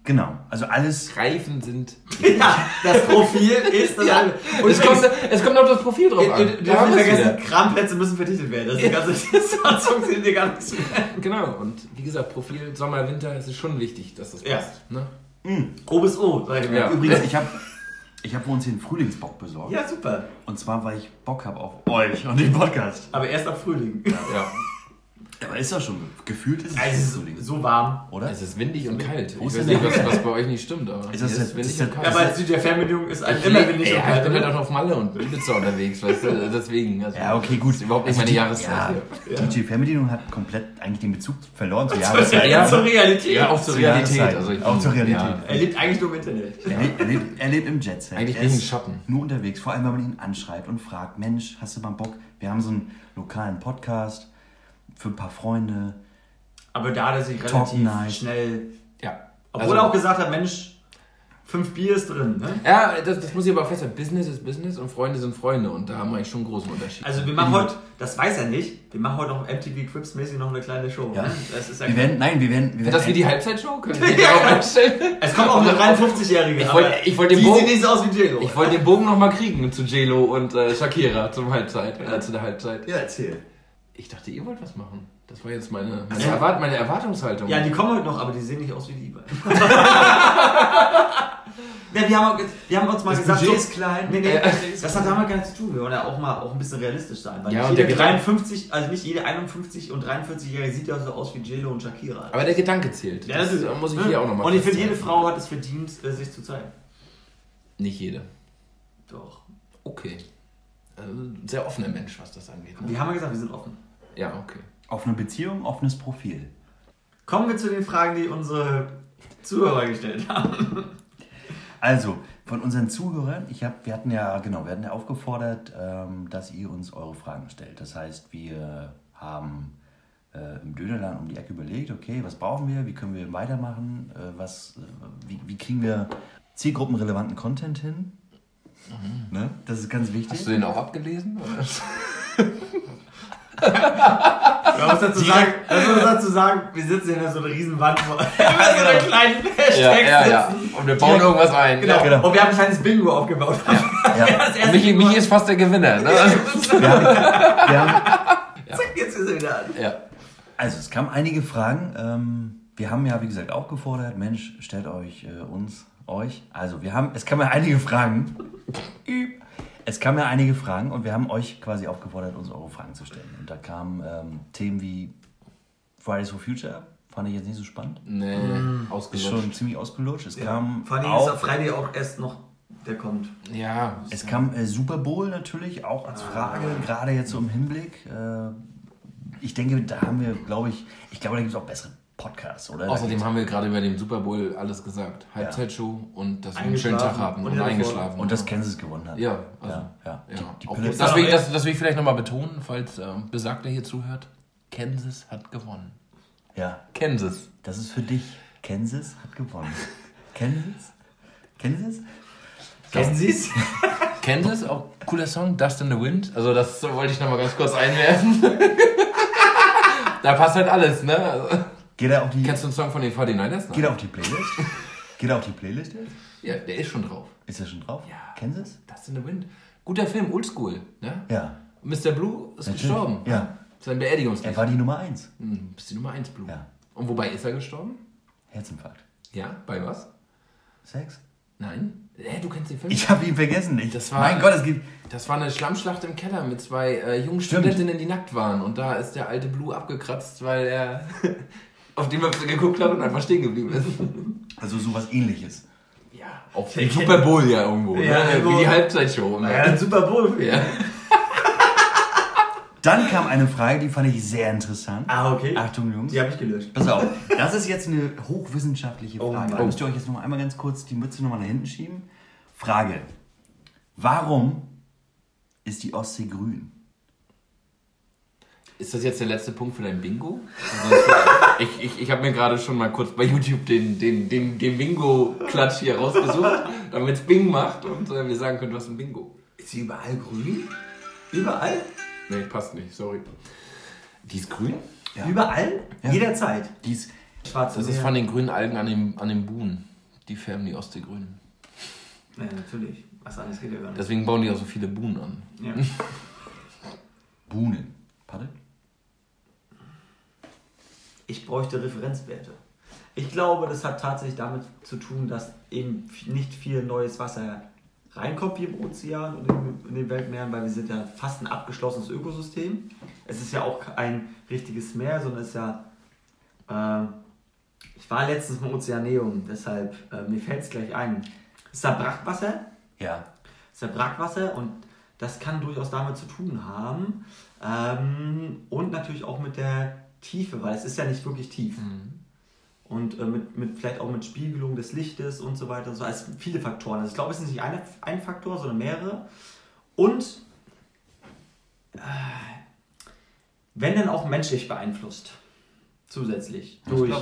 genau. Also alles
Reifen sind.
[LAUGHS] Ja, das Profil ist das eine.
Und es kommt,
übrigens,
es kommt auf das Profil drauf
ihr- ihr
an.
dürft
Da haben
nicht
wir es
vergessen,
wieder.
Kramplätze müssen verdichtet werden. Also Das, ist [LAUGHS] ganz, das funktioniert hier gar nichts mehr.
Genau. Und wie gesagt, Profil Sommer, Winter, es ist schon wichtig, dass das
Ja.
passt. Ne?
O bis O, sag ich mal.
Ja.
Übrigens, ich habe ich hab für uns hier einen Frühlingsbock besorgt.
Ja, super.
Und zwar, weil ich Bock habe auf euch und den Podcast.
Aber erst ab Frühling.
Ja.
Aber ist das schon gefühlt? Ist es
Also, es
Frühling,
ist [LAUGHS] so warm.
oder?
Es ist windig und kalt. Ich
Wo ist
weiß
denn
nicht, was, was bei euch nicht stimmt, aber
Ist das
hier
jetzt- ist das-
Ja, aber die der Fernbedienung ist ein immer windig
ja,
und
ich
kalt.
bin [LAUGHS] halt
ne?
auch auf Malle und Ibiza unterwegs, weißt du? Deswegen. Also,
ja, okay, gut.
Das ist überhaupt nicht meine
die-
Jahreszeit.
Ja, DJ Fernbedienung hat komplett eigentlich den Bezug verloren zur
Ja,
Jahreszeit.
ja.
Zur Realität.
Ja, auch zur Realität.
Jahreszeit.
Also ich
Auch
bin-
zur Realität.
Ja,
Er lebt eigentlich nur im Internet.
Er, lebt, er, lebt, er lebt im Jetset.
Eigentlich
er
bin ich
ist
ein Schatten.
Nur unterwegs, vor allem, wenn man ihn anschreibt und fragt: Mensch, hast du mal Bock? Wir haben so einen lokalen Podcast für ein paar Freunde.
Aber da hat er sich
Talk
relativ
night.
schnell.
ja. Also,
Obwohl er auch gesagt hat, Mensch, fünf Bier ist drin. Ne?
Ja, das, das muss ich aber festhalten. Business ist Business und Freunde sind Freunde und da haben wir eigentlich schon einen großen Unterschied.
Also wir machen heute, das weiß er nicht, wir machen heute noch MTV Crips mäßig noch eine kleine Show.
Ja.
Ne? Das ist ja
Wir werden, nein, wir werden. Wir werden
Ist das wie
äh, [LAUGHS]
die Halbzeitshow? Können Sie sich darauf einstellen?
es kommt auch eine 53-Jährige.
Ich wollte-
aber
ich wollte
die
den Bogen-
sieht nicht so aus wie Jello.
Ich wollte den Bogen nochmal kriegen zu JLo und äh, Shakira zum Halbzeit, äh, zu der Halbzeit.
Ja, erzähl.
Ich dachte, ihr wollt was machen. Das war jetzt meine, meine, Erwart meine Erwartungshaltung.
Also, Ja, die kommen heute noch, aber die sehen nicht aus wie die
[LAUGHS]
beiden. ja, wir, haben, wir haben uns mal gesagt,
Budget
so,
ist klein.
Nee, nee,
Äh,
das hat damit gar nichts zu tun. Wir wollen ja auch mal auch ein bisschen realistisch sein. Weil
Ja,
nicht
und
jede
der Gedanke-
53, also nicht jede 51 und 43-Jährige sieht ja so aus wie Jello und Shakira.
Aber der Gedanke zählt.
Ja,
das äh,
ist-
muss ich
ne?
hier auch nochmal
Und ich finde, jede Frau hat es verdient, äh, sich zu zeigen.
Nicht jede.
Doch.
Okay. Also, sehr offener Mensch, was das angeht. Ne?
Wir haben ja gesagt, wir sind offen.
Ja, okay.
Offene Beziehung, offenes Profil.
Kommen wir zu den Fragen, die unsere Zuhörer gestellt haben.
Also, von unseren Zuhörern, ich hab, wir hatten ja, genau, wir hatten ja aufgefordert, ähm, dass ihr uns eure Fragen stellt. Das heißt, wir haben äh, im Dönerladen um die Ecke überlegt, okay, was brauchen wir, wie können wir weitermachen, äh, was, äh, wie, wie kriegen wir zielgruppenrelevanten Content hin? Ne? Das ist ganz wichtig.
Mhm. Hast du den auch abgelesen? Oder?
Man muss dazu sagen, man muss dazu sagen wir sitzen hier in so einer riesen Wand vor so [LAUGHS] einer
genau.
kleinen Hashtag
[LAUGHS] Und wir bauen irgendwas ein.
Genau.
Ja.
Und wir haben ein kleines Bingo aufgebaut. [LAUGHS]
Ja.
Das erste
Michi,
Bingo-
Michi ist fast der Gewinner. Ne?
Wir haben,
Zack, jetzt ist er wieder an.
Ja.
also, es kamen einige Fragen. Ähm, wir haben ja, wie gesagt, aufgefordert, Mensch, stellt euch äh, uns, euch. Also, wir haben, es kamen ja einige Fragen. [LAUGHS] Es kamen ja einige Fragen und wir haben euch quasi aufgefordert, uns eure Fragen zu stellen. Und da kamen ähm, Themen wie Fridays for Future, fand ich jetzt nicht so spannend.
Nee,
Ist
ausgelutscht.
schon ziemlich ausgelutscht. Es kam
Vor allem ist
auch,
auf Friday auch erst noch, der kommt.
Ja.
es kam äh, Super Bowl natürlich auch als Frage, gerade jetzt so im Hinblick. Äh, ich denke, da haben wir, glaube ich, ich glaube, da gibt es auch bessere Podcasts, oder? Da
Außerdem haben wir gerade über den Super Bowl alles gesagt. Halbzeitshow und dass wir einen schönen
Eingeschlafen
Tag haben und,
und
eingeschlafen.
Und dass Kansas gewonnen hat.
Ja, also.
Ja, ja.
Ja.
Die, die
Auch-
Pille,
Das will, ich, das, das will ich vielleicht nochmal betonen, falls ähm, Besagter hier zuhört. Kansas hat gewonnen.
ja,
Kansas.
das ist für dich. Kansas hat gewonnen.
[LAUGHS]
Kansas? Kansas?
Kennen Sie es?
Kansas, auch cooler Song, Dust in the Wind. Also das wollte ich nochmal ganz kurz einwerfen. [LAUGHS] da passt halt alles, ne? Also,
Geht er auf die.
kennst du einen Song von den 49ers? noch?
Geht er auf die Playlist? Geht er auf die Playlist jetzt?
Ja, der ist schon drauf.
Ist er schon drauf?
Ja.
Kansas?
Dust in the Wind. Guter Film, oldschool, ne?
Ja.
Mr. Blue ist
Natürlich.
gestorben.
Ja.
Sein Beerdigungslied.
Er war die Nummer 1.
Hm, bist die Nummer 1 Blue.
Ja.
Und wobei ist er gestorben?
Herzinfarkt.
Ja, bei was?
Sex?
Nein. Hä, du kennst den Film?
Ich habe ihn vergessen. Ich,
Das war-
mein Gott, es gibt.
Das war eine Schlammschlacht im Keller mit zwei äh, jungen
Stimmt.
Studentinnen, die nackt waren. Und da ist der alte Blue abgekratzt, weil er [LAUGHS] auf die Möpfe geguckt hat und einfach stehen geblieben ist.
Also sowas ähnliches.
ja, auf dem Super Bowl ja irgendwo.
Ja,
ne?
irgendwo.
Wie die Halbzeitshow. ne?
Ja, [LAUGHS] ein super Bowl.
Ja.
Dann kam eine Frage, die fand ich sehr interessant.
Ah, okay.
Achtung, Jungs.
Die habe ich gelöscht.
Pass auf, das ist jetzt eine hochwissenschaftliche
Oh
Frage.
Mann.
da müsst ihr euch jetzt noch einmal ganz kurz die Mütze noch mal nach hinten schieben. Frage: Warum ist die Ostsee grün?
Ist das jetzt der letzte Punkt für dein Bingo? Ansonsten- ich ich, ich habe mir gerade schon mal kurz bei YouTube den, den, den, den Bingo-Klatsch hier rausgesucht, damit es Bing macht und äh, wir sagen können, du hast ein Bingo.
Ist sie überall grün? Überall?
Nee, passt nicht, sorry. Die ist grün?
Überall? Jederzeit.
Die ist,
Schwarz.
das ist von den grünen Algen an dem, an dem Buhn. Die färben die Ostsee grün.
Ja, natürlich. Was anderes geht ja gar nicht.
Deswegen bauen die auch so viele Buhnen an.
Ja.
Buhnen. Paddel?
Ich bräuchte Referenzwerte. Ich glaube, das hat tatsächlich damit zu tun, dass eben nicht viel neues Wasser reinkommt hier im Ozean und in- in den Weltmeeren, weil wir sind ja fast ein abgeschlossenes Ökosystem. Es ist ja auch ein richtiges Meer, sondern es ist ja... ähm, ich war letztens im Ozeaneum, deshalb äh, mir fällt es gleich ein. Ist da Brackwasser?
Ja.
ist ja Brackwasser und das kann durchaus damit zu tun haben. Ähm, und natürlich auch mit der Tiefe, weil es ist ja nicht wirklich tief.
Mhm.
Und äh, mit, mit vielleicht auch mit Spiegelung des Lichtes und so weiter und so. Also es sind viele Faktoren. Also ich glaube, es ist nicht eine, ein Faktor, sondern mehrere. Und äh, wenn dann auch menschlich beeinflusst. Zusätzlich. Durch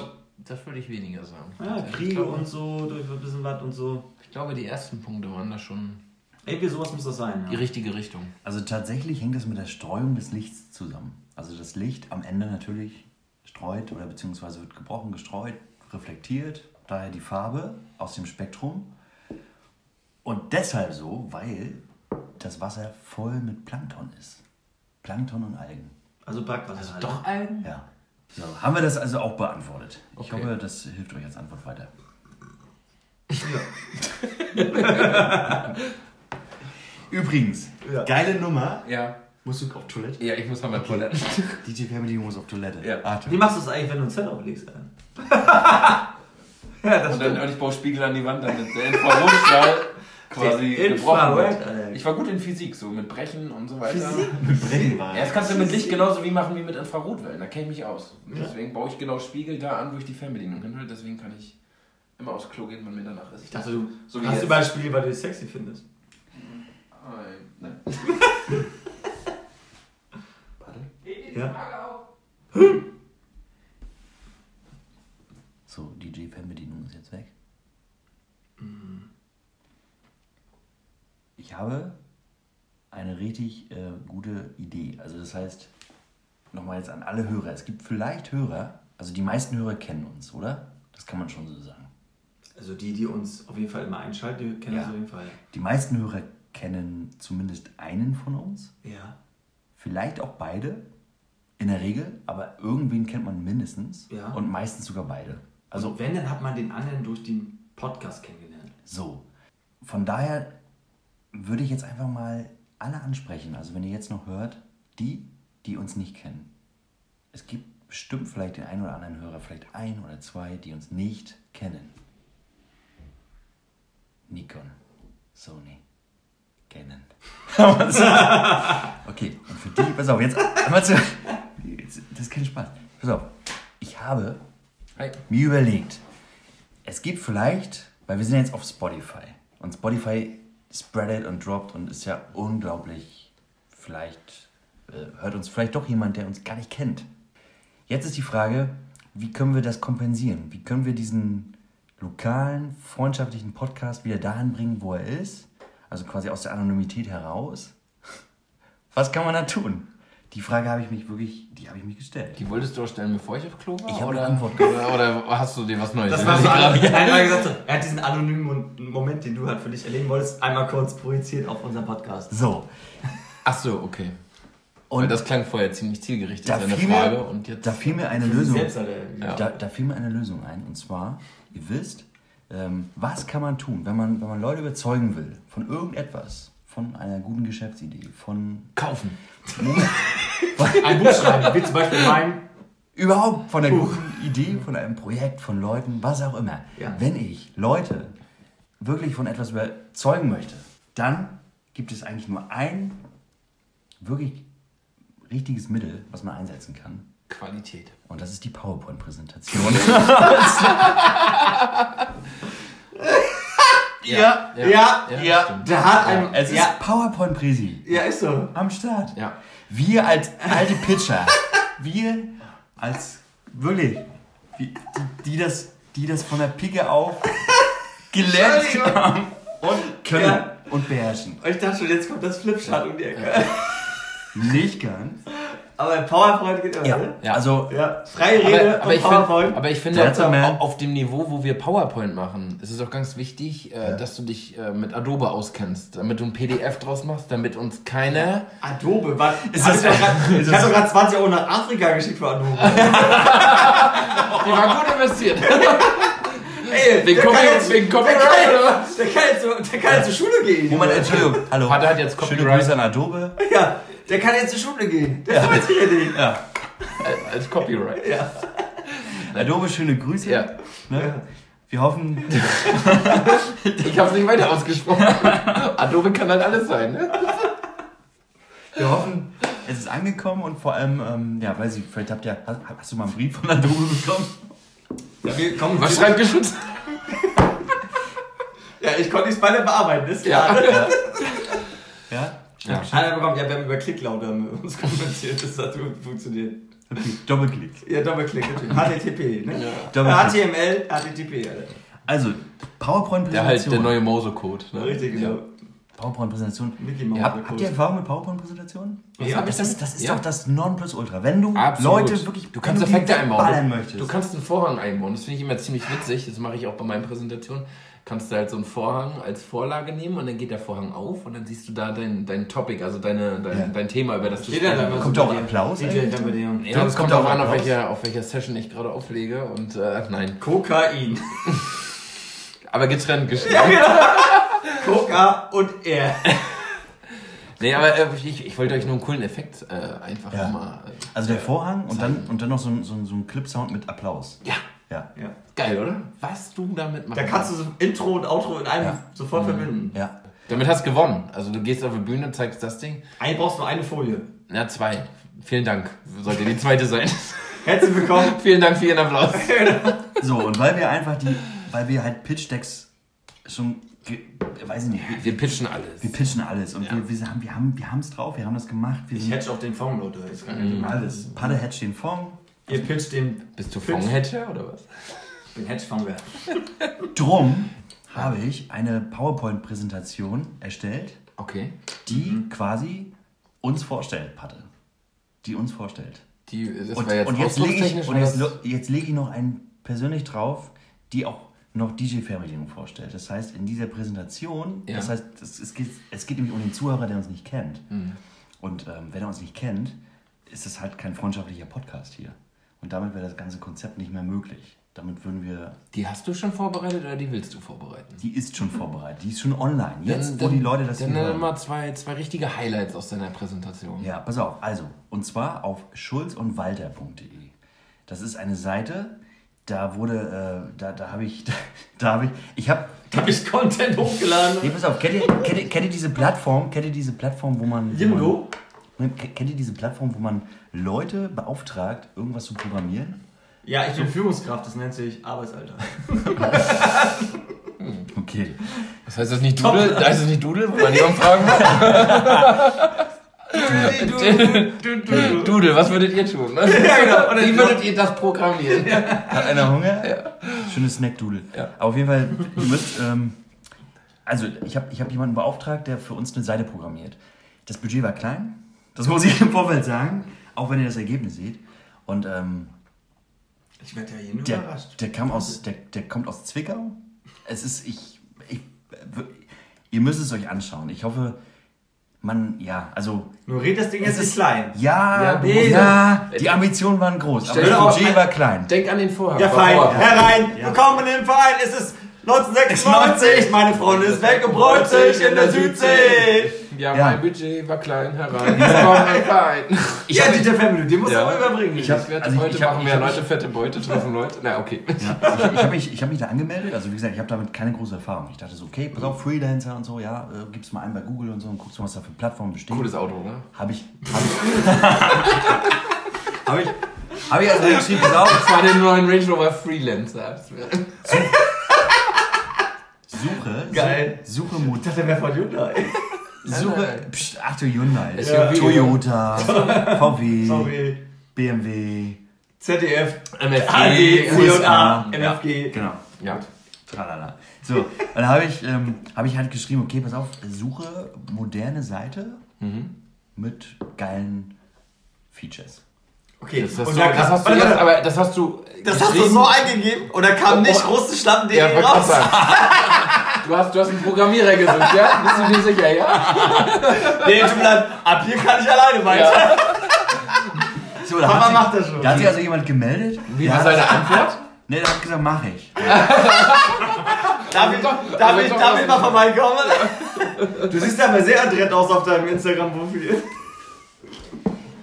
das würde ich weniger sagen. Also
ja,
ich,
Ah, Kriege
glaube,
und so, durch ein bisschen was und so.
ich glaube, die ersten Punkte waren da schon
Irgendwie sowas muss das sein.
die
Ja.
richtige Richtung.
Also tatsächlich hängt das mit der Streuung des Lichts zusammen. Also das Licht am Ende natürlich streut oder beziehungsweise wird gebrochen, gestreut, reflektiert, daher die Farbe aus dem Spektrum. Und deshalb so, weil das Wasser voll mit Plankton ist. Plankton und Algen.
Also Brackwasser. halt.
Doch Algen?
Ja. So, haben wir das also auch beantwortet? Ich
Okay.
hoffe, das hilft euch als Antwort weiter. [LAUGHS] Übrigens,
Ja.
geile Nummer.
Ja.
Musst du auf Toilette?
Ja, ich muss Ah, nochmal Toiletten.
DJ Family muss auf Toilette.
Ja.
Atem.
Wie machst du das eigentlich, wenn du ein Zelt auflegst? [LAUGHS] Alter?
Und, dann, und ich baue Spiegel an die Wand, damit der Infrarotstrahl quasi
Der
gebrochen
Infrarot, Alter.
wird. Ich war gut in Physik, so mit Brechen und so weiter.
Mit Brennwein.
Ja, das kannst du mit Licht genauso wie machen wie mit Infrarotwellen, da kenne ich mich aus. Und Deswegen baue ich genau Spiegel da an, wo ich die Fernbedienung hin will. Deswegen kann ich immer aufs Klo gehen, wenn mir danach ist. Ich
dachte, du
so wie
hast
jetzt.
du mal Spiele, weil du es sexy findest.
Nein. Nein.
Ja.
So, DJ Fernbedienung ist jetzt weg.
Mhm.
Ich habe eine richtig äh, gute Idee. Also das heißt, nochmal jetzt an alle Hörer. Es gibt vielleicht Hörer, also die meisten Hörer kennen uns, oder? Das kann man schon so sagen.
Also die, die uns auf jeden Fall immer einschalten, die kennen
Ja.
uns auf jeden Fall.
Die meisten Hörer kennen zumindest einen von uns,
Ja.
vielleicht auch beide, in der Regel, aber irgendwen kennt man mindestens
Ja.
und meistens sogar beide. Also
Und wenn, dann hat man den anderen durch den Podcast kennengelernt.
So, von daher würde ich jetzt einfach mal alle ansprechen. Also wenn ihr jetzt noch hört, die, die uns nicht kennen. Es gibt bestimmt vielleicht den einen oder anderen Hörer, vielleicht ein oder zwei, die uns nicht kennen. Nikon, Sony, Canon. [LAUGHS] okay, und für die, pass auf, jetzt einmal zu... Jetzt, das ist kein Spaß. Pass auf, ich habe
Hi.
mir überlegt, es gibt vielleicht, weil wir sind jetzt auf Spotify und Spotify spreadet und droppt und ist ja unglaublich, vielleicht äh, hört uns vielleicht doch jemand, der uns gar nicht kennt. Jetzt ist die Frage, wie können wir das kompensieren? Wie können wir diesen lokalen, freundschaftlichen Podcast wieder dahin bringen, wo er ist? Also quasi aus der Anonymität heraus. [LAUGHS] Was kann man da tun? Die Frage habe ich mich wirklich, die habe ich mich gestellt.
Die wolltest du auch stellen, bevor ich auf Klo war?
Ich habe
oder,
eine Antwort
oder, oder hast du dir was Neues
Das war so ja. einmal gesagt, so, er hat diesen anonymen Mon- Moment, den du halt für dich erleben wolltest, einmal kurz projiziert auf unseren Podcast.
So,
Ach so, okay.
Und-
Weil das klang vorher ziemlich zielgerichtet,
da
seine
fiel,
Frage.
mir,
und jetzt
da fiel mir eine
Für sich
Lösung.
Selbst hat er
Ja.
Da, da fiel mir eine Lösung ein. Und zwar, ihr wisst, ähm, was kann man tun, wenn man, wenn man Leute überzeugen will von irgendetwas, von einer guten Geschäftsidee,
[LAUGHS]
von
kaufen.
Ein Buch schreiben, wie zum Beispiel mein.
überhaupt von einer guten Idee, von einem Projekt, von Leuten, was auch immer.
Ja.
Wenn ich Leute wirklich von etwas überzeugen möchte, dann gibt es eigentlich nur ein wirklich richtiges Mittel, was man einsetzen kann.
Qualität.
Und das ist die PowerPoint-Präsentation.
[LAUGHS] Ja,
Ja,
ja,
ja,
stimmt.
der hat einen.
Es ist
ja,
PowerPoint-Präsi
ja, ist so.
am Start.
Ja.
Wir als alte
[LAUGHS]
Pitcher, wir als wirklich, wie, die, die, das, die das von der Picke auf gelernt haben und können
Ja.
und beherrschen.
Und ich dachte schon, jetzt kommt das Flipchart um die Ecke.
Nicht ganz.
Aber PowerPoint geht immer, ne?
Ja.
Also,
Ja. Freie Rede
aber, aber, ich
und PowerPoint.
find, aber ich
That's a
finde,
man.
auf, auf dem Niveau, wo wir PowerPoint machen, ist es auch ganz wichtig, äh, dass du dich äh, mit Adobe auskennst, damit du ein PDF draus machst, damit uns keiner.
Adobe, was?
Ist
Hab
das-
ich doch grad-
ist
ich habe
das-
doch gerade 20 Euro nach Afrika geschickt für Adobe.
[LAUGHS] Die war gut investiert.
Ey,
Wegen
der kann
Copy-
jetzt-
wegen Copyright,
der kann-
oder was?
Der kann jetzt, zur- der kann jetzt zur Schule gehen.
Moment, Entschuldigung. Hallo.
Hat- hat jetzt
Schöne
Copyright.
Grüße an Adobe.
Ja, der kann jetzt zur Schule gehen. Der freut sich ja nicht.
Ja.
Als Copyright.
Adobe, schöne Grüße.
Ja.
Ne? Wir hoffen,
Ich habe es nicht weiter ausgesprochen. Adobe kann halt alles sein, ne?
wir hoffen, es ist angekommen und vor allem, ähm, ja, weiß ich, vielleicht habt ihr, hast, hast du mal einen Brief von Adobe bekommen?
Wir kommen
Was schreibt geschützt?
Ja, ich konnte die Spider bearbeiten, das ist
Ja.
klar.
Ja?
Einer bekommt, ja, wir haben über Klicklauter uns kommuniziert, das hat gut funktioniert.
Okay, Doppelklick.
Ja, Doppelklick natürlich. HTTP, ne?
Doppelklick.
HTML, HTTP, Alter.
Also,
Der halt
PowerPoint-Präsentation.
der neue Mose-Code. Ne?
Richtig, genau.
PowerPoint-Präsentation.
Mickey Mouse.
Hab, habt ihr Erfahrung mit PowerPoint-Präsentationen?
Ja,
hab ich
Das ist, das ist
Ja.
doch das Nonplusultra. Wenn du
Absolut.
Leute wirklich
du kannst
wenn die
Effekte einbauen.
ballern
Du-
möchtest.
Du kannst einen Vorhang einbauen. Das finde ich immer ziemlich witzig. Das mache ich auch bei meinen Präsentationen. Kannst du halt so einen Vorhang als Vorlage nehmen und dann geht der Vorhang auf und dann siehst du da dein, dein Topic, also deine, dein,
Ja.
dein Thema, über das du
Steht da dann was?
Kommt da auch Applaus?
DJ dann bei dir.
Ja, das
kommt
kommt auch
auch
an, auf
raus.
welcher, auf welcher Session ich gerade auflege und äh,
[LAUGHS]
nein.
Kokain.
Aber getrennt geschrieben.
Coca und er.
Nee, aber äh, ich, ich wollte euch nur einen coolen Effekt äh, einfach
Ja.
mal. Äh,
Also der Vorhang und dann, und dann noch so ein, so ein, so ein Clip-Sound mit Applaus.
ja,
Ja.
Ja.
geil, oder? Was du damit machst.
Da kannst du so Intro und Outro in einem
Ja. Mhm.
sofort verbinden.
Ja.
Damit hast du gewonnen. Also du gehst auf die Bühne, zeigst das Ding.
Ein brauchst nur eine Folie.
Na, zwei. Vielen Dank. Sollte die zweite sein. [LAUGHS]
Herzlich
[LAUGHS]
willkommen.
Vielen Dank für Ihren Applaus.
So, und weil wir einfach die, weil wir halt Pitch-Decks schon, ge, weiß ich nicht, wir,
Wir pitchen alles.
wir pitchen alles und wir, wir, haben, wir, haben, wir haben es drauf, wir haben das gemacht, wir
Ich
sind
hätte auch den Fong, Leute. Ist gar
Mhm.
nicht
alles. Padde hatcht den Fong,
Ihr pitcht den.
Bist du Fonghatcher oder was?
Ich bin Hedgefonger.
Drum habe ich eine PowerPoint-Präsentation erstellt,
Okay.
die
Mhm.
quasi uns vorstellt, Patte. Die uns vorstellt.
Die, das
Und,
war jetzt
und, jetzt, lege ich,
ausdruckstechnisch
und jetzt,
war
lo- jetzt lege ich noch einen persönlich drauf, die auch noch DJ-Fernbedienung vorstellt. Das heißt, in dieser Präsentation,
Ja.
das heißt, es, es, geht, es geht nämlich um den Zuhörer, der uns nicht kennt.
Mhm.
Und ähm, wenn er uns nicht kennt, ist es halt kein freundschaftlicher Podcast hier. Und damit wäre das ganze Konzept nicht mehr möglich. Damit würden wir
das- die hast du schon vorbereitet oder die willst du vorbereiten?
Die ist schon vorbereitet, die ist schon online. Jetzt,
Dann-
wo
dann-
die Leute das
Dann
hier hören.
nimm mal zwei, zwei richtige Highlights aus deiner Präsentation.
Ja, pass auf. Also, und zwar auf schulzundwalter.de. Das ist eine Seite, da wurde, äh, da, da habe ich, [LAUGHS] da, habe ich, ich habe,
Hab ich Content hochgeladen?
nee, pass auf, kennt ihr, kennt, ihr, kennt ihr diese Plattform, kennt ihr diese Plattform, wo man, wo man
Jimdo?
Ne, ke- kennt ihr diese Plattform, wo man Leute beauftragt, irgendwas zu programmieren?
Ja, ich bin Führungskraft, das nennt sich
[LAUGHS]
Arbeitsalter.
Okay.
Das heißt das nicht Doodle? Da heißt das nicht Doodle, wo man jemanden fragen muss?
[LAUGHS]
Doodle, was würdet ihr tun? Ne?
genau.
[LAUGHS] Wie würdet ihr das programmieren?
Hat einer Hunger? Ja. Schönes Snackdudel.
Ja.
Aber auf jeden Fall, ihr müsst. Ähm, also, ich habe ich hab jemanden beauftragt, der für uns eine Seite programmiert. Das Budget war klein. Das muss ich im Vorfeld sagen. Auch wenn ihr das Ergebnis seht. Und ähm,
Ich werde ja jeden
der,
überrascht.
der, kam aus, der, der kommt aus Zwickau. Es ist, ich, ich, ihr müsst es euch anschauen. Ich hoffe, man, ja, also,
Nur red das Ding jetzt
Es
nicht
ist-
klein.
ja, ja,
nee,
die Ambitionen waren groß, aber
Stell dir
das
auch
Budget
ein-
war klein.
Denk an den Vorhang.
Der Verein,
Vorhang.
herein, willkommen im Verein. Es ist 1996, meine Freunde, es weggebräunt sich in der Südsee.
Ja,
Ja.
mein Budget war klein herein. Vorhang rein.
Ich ja, DJ Family, den musst du
Ja.
aber überbringen.
Ich hab, werde
also ich-
heute
ich hab-
machen
ich
wir
hab-
Leute fette Beute, treffen Leute. Na, okay.
Ich, ich habe mich, ich hab mich da angemeldet, also wie gesagt, ich habe damit keine große Erfahrung. Ich dachte so, okay, pass auf, Freelancer und so, ja, äh, gib's mal ein bei Google und so und guckst mal, was da für Plattformen bestehen.
Cooles Auto, ne?
Habe ich. [LAUGHS] Habe ich. habe ich. Habe ich also geschrieben, pass auf,
Das war den neuen Range Rover Freelancer.
suche.
Geil.
Suche
Ich
Modell.
dachte, der wäre von Hyundai.
Suche. Psst, ach du Hyundai.
SUV.
Toyota, VW,
VW,
BMW,
ZDF, AD,
MFG.
CA,
USA.
MFG.
genau.
Ja.
Tralala. So, und dann habe ich, ähm, habe ich halt geschrieben, okay, pass auf, suche moderne Seite mit geilen Features.
Okay,
Das hast,
und
du,
da
das
kam,
hast du,
warte,
jetzt,
warte,
aber das hast du.
das hast du
geschrieben. Oh,
so eingegeben und da kam nicht russischlamm.de
Ja, wollte grad
raus.
sagen. Du hast, du hast einen Programmierer gesucht, ja? Bist du dir sicher, ja?
Nee, tut mir leid, ab hier kann ich alleine weiter.
So, da
Papa
hat,
macht das schon.
sich, da hat sich also jemand gemeldet.
Wie
der
war
hat-
seine Antwort?
Nee, der hat gesagt, mache ich.
Darf ich,
Also
darf ich, darf ich mal vorbeikommen? Du siehst ja mal sehr adrett aus auf deinem Instagram-Profil.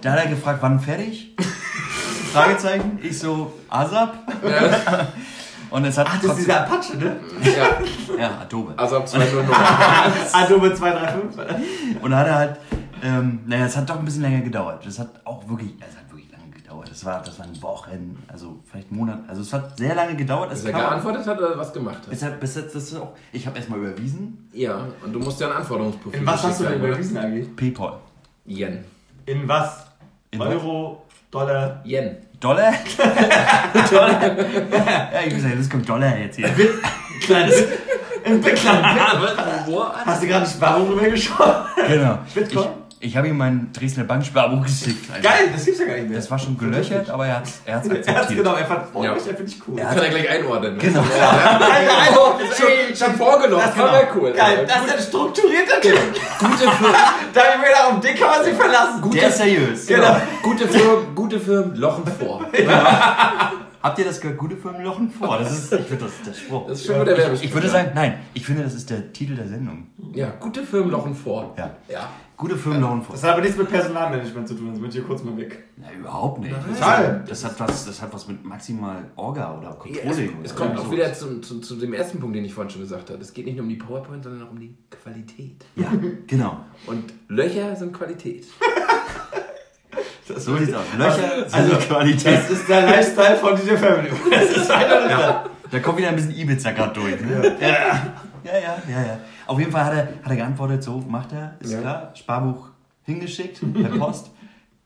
Da hat er gefragt, wann
[LAUGHS]
fertig? Fragezeichen. Ich so, ASAP.
Ja,
Und es hat
Das ist dieser Apache, ne?
ja.
Ja, Adobe.
also ab 2.0.
Adobe 235.
Und dann hat er halt, ähm, naja, es hat doch ein bisschen länger gedauert. Das hat auch wirklich, es hat wirklich lange gedauert. Das, war, das waren Wochen, also vielleicht Monate. Also es hat sehr lange gedauert. Es
Dass er
kam-
geantwortet hat oder was gemacht hat?
Bis, bis jetzt ist es auch, ich habe erstmal überwiesen,
Ja, und du musst ja ein Anforderungsprofil
In was hast du denn
geschickt
überwiesen
haben,
eigentlich?
PayPal.
oder? Yen.
In was?
In
Euro, Dollar.
Yen. [LAUGHS]
Dollar? Dollar? ja, ich muss sagen, das kommt Dollar jetzt hier.
Kleines. In Bitcoin. Hast du gerade eine Sparung drüber geschaut?
Genau.
Bitcoin?
Ich, ich habe ihm mein Dresdner Banksparbuch geschickt. Alter.
Geil, das gibt's ja gar nicht mehr.
Das war schon gelöchert, aber er hat es er hat's
er hat's
akzeptiert.
genau, er fand, oh,
Ja.
ich finde ich cool.
Ja.
Kann er gleich einordnen.
Genau.
Alter,
Oh,
Alter,
schon, schon vorgenommen. Das
genau.
war ja cool.
Geil, das ist ein strukturierter Typ.
gute Firmen,
Da hab ich mir gedacht, auf den kann man sich verlassen.
Der ist seriös.
genau. gute Firmen, gute Firmen lochen vor.
[LAUGHS] Habt ihr das gehört? Gute Firmen lochen vor. Das ist, ich finde das der Spruch.
Das ist schon gut der Werbespruch.
Ich würde sagen, nein, ich finde, das ist der Titel der Sendung.
Ja, gute Firmen lochen vor.
Ja.
Ja.
Gute Firmen lochen vor.
Das hat aber nichts mit Personalmanagement zu tun, sonst bin ich hier kurz mal weg.
Na, überhaupt nicht. Das
Total.
hat, das, hat was, das hat was mit maximal Orga oder
Es,
Controlling.
es
oder
kommt auch
so.
wieder zum, zu, zu dem ersten Punkt, den ich vorhin schon gesagt habe. Es geht nicht nur um die PowerPoint, sondern auch um die Qualität.
Ja, genau.
Und Löcher sind Qualität.
So sieht's aus. Löcher, also Qualität.
Das ist der Lifestyle von DJ Family. Das ist einer ja.
Da kommt wieder ein bisschen Ibiza gerade durch. Ne? Ja. Ja. ja, ja, ja, Auf jeden Fall hat er, hat er geantwortet, so macht er, ist
Ja.
klar. Sparbuch hingeschickt, per Post.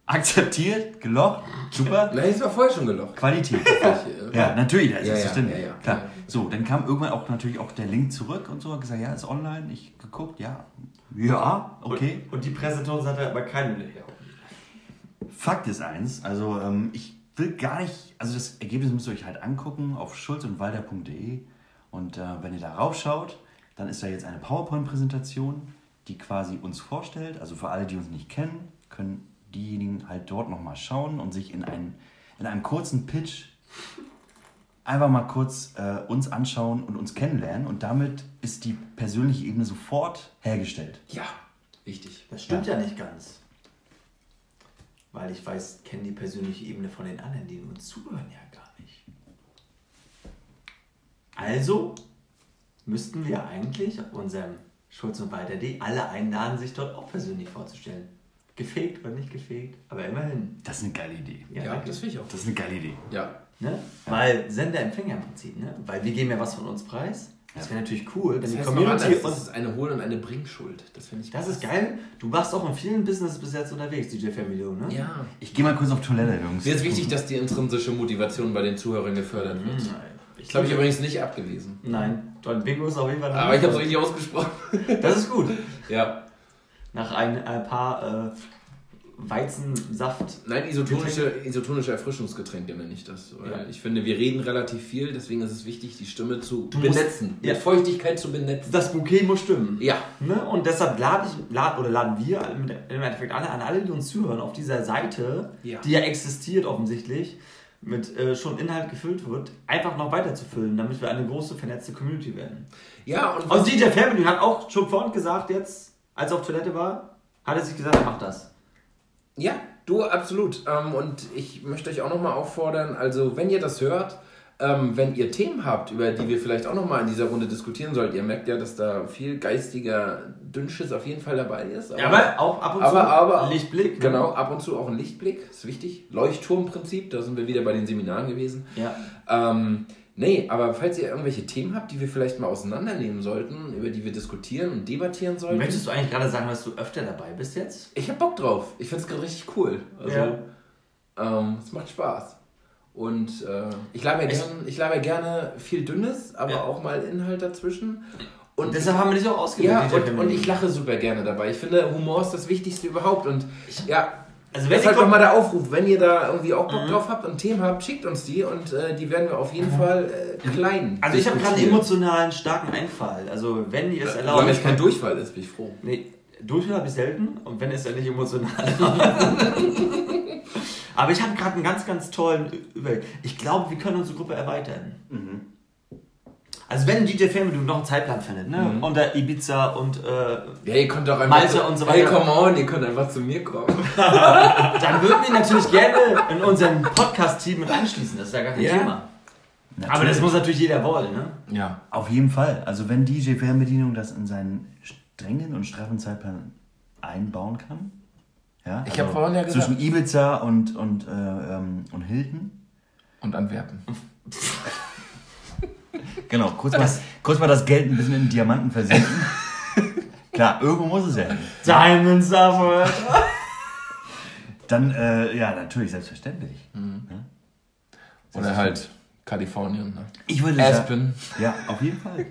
Akzeptiert, gelocht, super.
Nein, es war vorher schon gelocht.
Qualität.
Ich, äh,
Ja, natürlich, das
Ja,
ist
ja,
stimmt.
ja, ja.
Klar.
Ja.
So, dann kam irgendwann auch natürlich auch der Link zurück und so, hat gesagt, ja, ist online, ich geguckt, ja. Ja, okay.
Und, und die Präsentation hat er aber keinen Lehrer.
Fakt ist eins, also ähm, ich will gar nicht, also das Ergebnis müsst ihr euch halt angucken auf schulz und walder.de und äh, wenn ihr da raufschaut, dann ist da jetzt eine PowerPoint-Präsentation, die quasi uns vorstellt, also für alle, die uns nicht kennen, können diejenigen halt dort nochmal schauen und sich in, einen, in einem kurzen Pitch einfach mal kurz äh, uns anschauen und uns kennenlernen und damit ist die persönliche Ebene sofort hergestellt.
ja, wichtig.
Das stimmt ja. nicht ganz. Weil ich weiß, kennen die persönliche Ebene von den anderen, die uns zuhören, ja gar nicht. Also müssten wir eigentlich auf unserem Schulz und Walter.de alle einladen, sich dort auch persönlich vorzustellen. Gefegt oder nicht gefegt, aber immerhin.
Das ist eine geile Idee.
Ja,
danke.
das finde ich auch.
Das ist eine geile Idee.
Ja,
Ne? Weil Sender-Empfänger im Prinzip, ne? Weil wir geben ja was von uns preis. Das wäre natürlich cool, wenn
Das
die
heißt noch
Community uns
anders, das ist eine Hohl- und eine Bringschuld. Das finde ich
Das
krass.
ist geil. Du warst auch in vielen Business bis jetzt unterwegs, DJ Family, ne?
Ja.
Ich gehe mal kurz auf Toilette, Jungs.
Mir ist wichtig, dass die intrinsische Motivation bei den Zuhörern gefördert wird. Ich glaube, ich habe übrigens nicht abgelesen.
Nein, dein Bingo ist auf jeden Fall.
Aber ich habe es richtig ausgesprochen.
Das ist gut.
[LAUGHS] ja.
Nach ein, ein paar äh, Weizensaft.
Nein, isotonische, isotonische Erfrischungsgetränke nenne ich das. Weil
Ja.
Ich finde, wir reden relativ viel, deswegen ist es wichtig, die Stimme zu
musst-
benetzen.
ja.
Mit Feuchtigkeit zu benetzen.
Das Bouquet muss stimmen.
Ja.
Ne? Und deshalb lade ich, lad, oder laden wir mit- im Endeffekt alle an alle, die uns zuhören, auf dieser Seite,
Ja.
die ja existiert offensichtlich, mit äh, schon Inhalt gefüllt wird, einfach noch weiter zu füllen, damit wir eine große vernetzte Community werden.
Ja, und
Also DJ Family hat auch schon vorhin gesagt, jetzt, als er auf Toilette war, hat er sich gesagt, er macht das.
Ja, du, absolut. Ähm, und ich möchte euch auch nochmal auffordern, also wenn ihr das hört, ähm, wenn ihr Themen habt, über die wir vielleicht auch nochmal in dieser Runde diskutieren sollten, ihr merkt ja, dass da viel geistiger Dünnschiss auf jeden Fall dabei ist.
Ja, aber auch ab und
aber,
zu
aber
Lichtblick. ne?
Genau, ab und zu auch ein Lichtblick, ist wichtig. Leuchtturmprinzip, da sind wir wieder bei den Seminaren gewesen.
Ja.
Ähm, Nee, aber falls ihr irgendwelche Themen habt, die wir vielleicht mal auseinandernehmen sollten, über die wir diskutieren und debattieren sollten.
Möchtest du eigentlich gerade sagen, dass du öfter dabei bist jetzt?
Ich hab Bock drauf. Ich find's gerade richtig cool. Also,
Ja.
ähm, es macht Spaß. Und äh, ich laber ja gern- ich laber gerne viel Dünnes, aber
Ja.
auch mal Inhalt dazwischen. Und
Und deshalb haben wir dich auch ausgewählt.
ja,
DJ
und,
Family.
und ich lache super gerne dabei. Ich finde, Humor ist das Wichtigste überhaupt. Und ja,
Also wenn
das
ihr
ist halt
kommt- Mhm.
nochmal der Aufruf. Wenn ihr da irgendwie auch Bock drauf habt und Themen habt, schickt uns die und äh, die werden wir auf jeden Fall äh, klein.
Also ich habe gerade einen
diskutieren.
emotionalen starken Einfall. Also wenn ihr es
Solange
erlaubt.
es kein Durchfall ist, bin ich froh.
Nee, Durchfall habe ich selten und wenn ist er nicht
[LAUGHS]
emotional. Aber ich habe gerade einen ganz, ganz tollen Über. Ich glaube, wir können unsere Gruppe erweitern. Also wenn DJ Family noch einen Zeitplan findet, ne? Unter Ibiza und äh,
Ja, ihr könnt doch einfach.
Malte
zu,
und so
Hey,
weiter.
come on, ihr könnt einfach zu mir kommen.
dann würden wir ihn natürlich gerne in unserem Podcast-Team mit anschließen. Das ist ja gar kein
Ja.
Thema. Aber das muss natürlich jeder wollen, ne?
Ja.
Auf jeden Fall. Also wenn DJ Fernbedienung das in seinen strengen und straffen Zeitplan einbauen kann. Ja, also
Ich hab vorhin ja gesagt-
Zwischen Ibiza und, und, äh, ähm, und Hilton.
Und Antwerpen.
Genau, kurz mal, kurz mal das Geld ein bisschen in Diamanten versenken.
[LAUGHS]
Klar, irgendwo muss es ja hin.
Diamonds are forever.
Dann, äh, ja, natürlich, selbstverständlich.
Oder halt Kalifornien. Ne?
Ich würde
Aspen.
sagen... Ja, auf jeden Fall.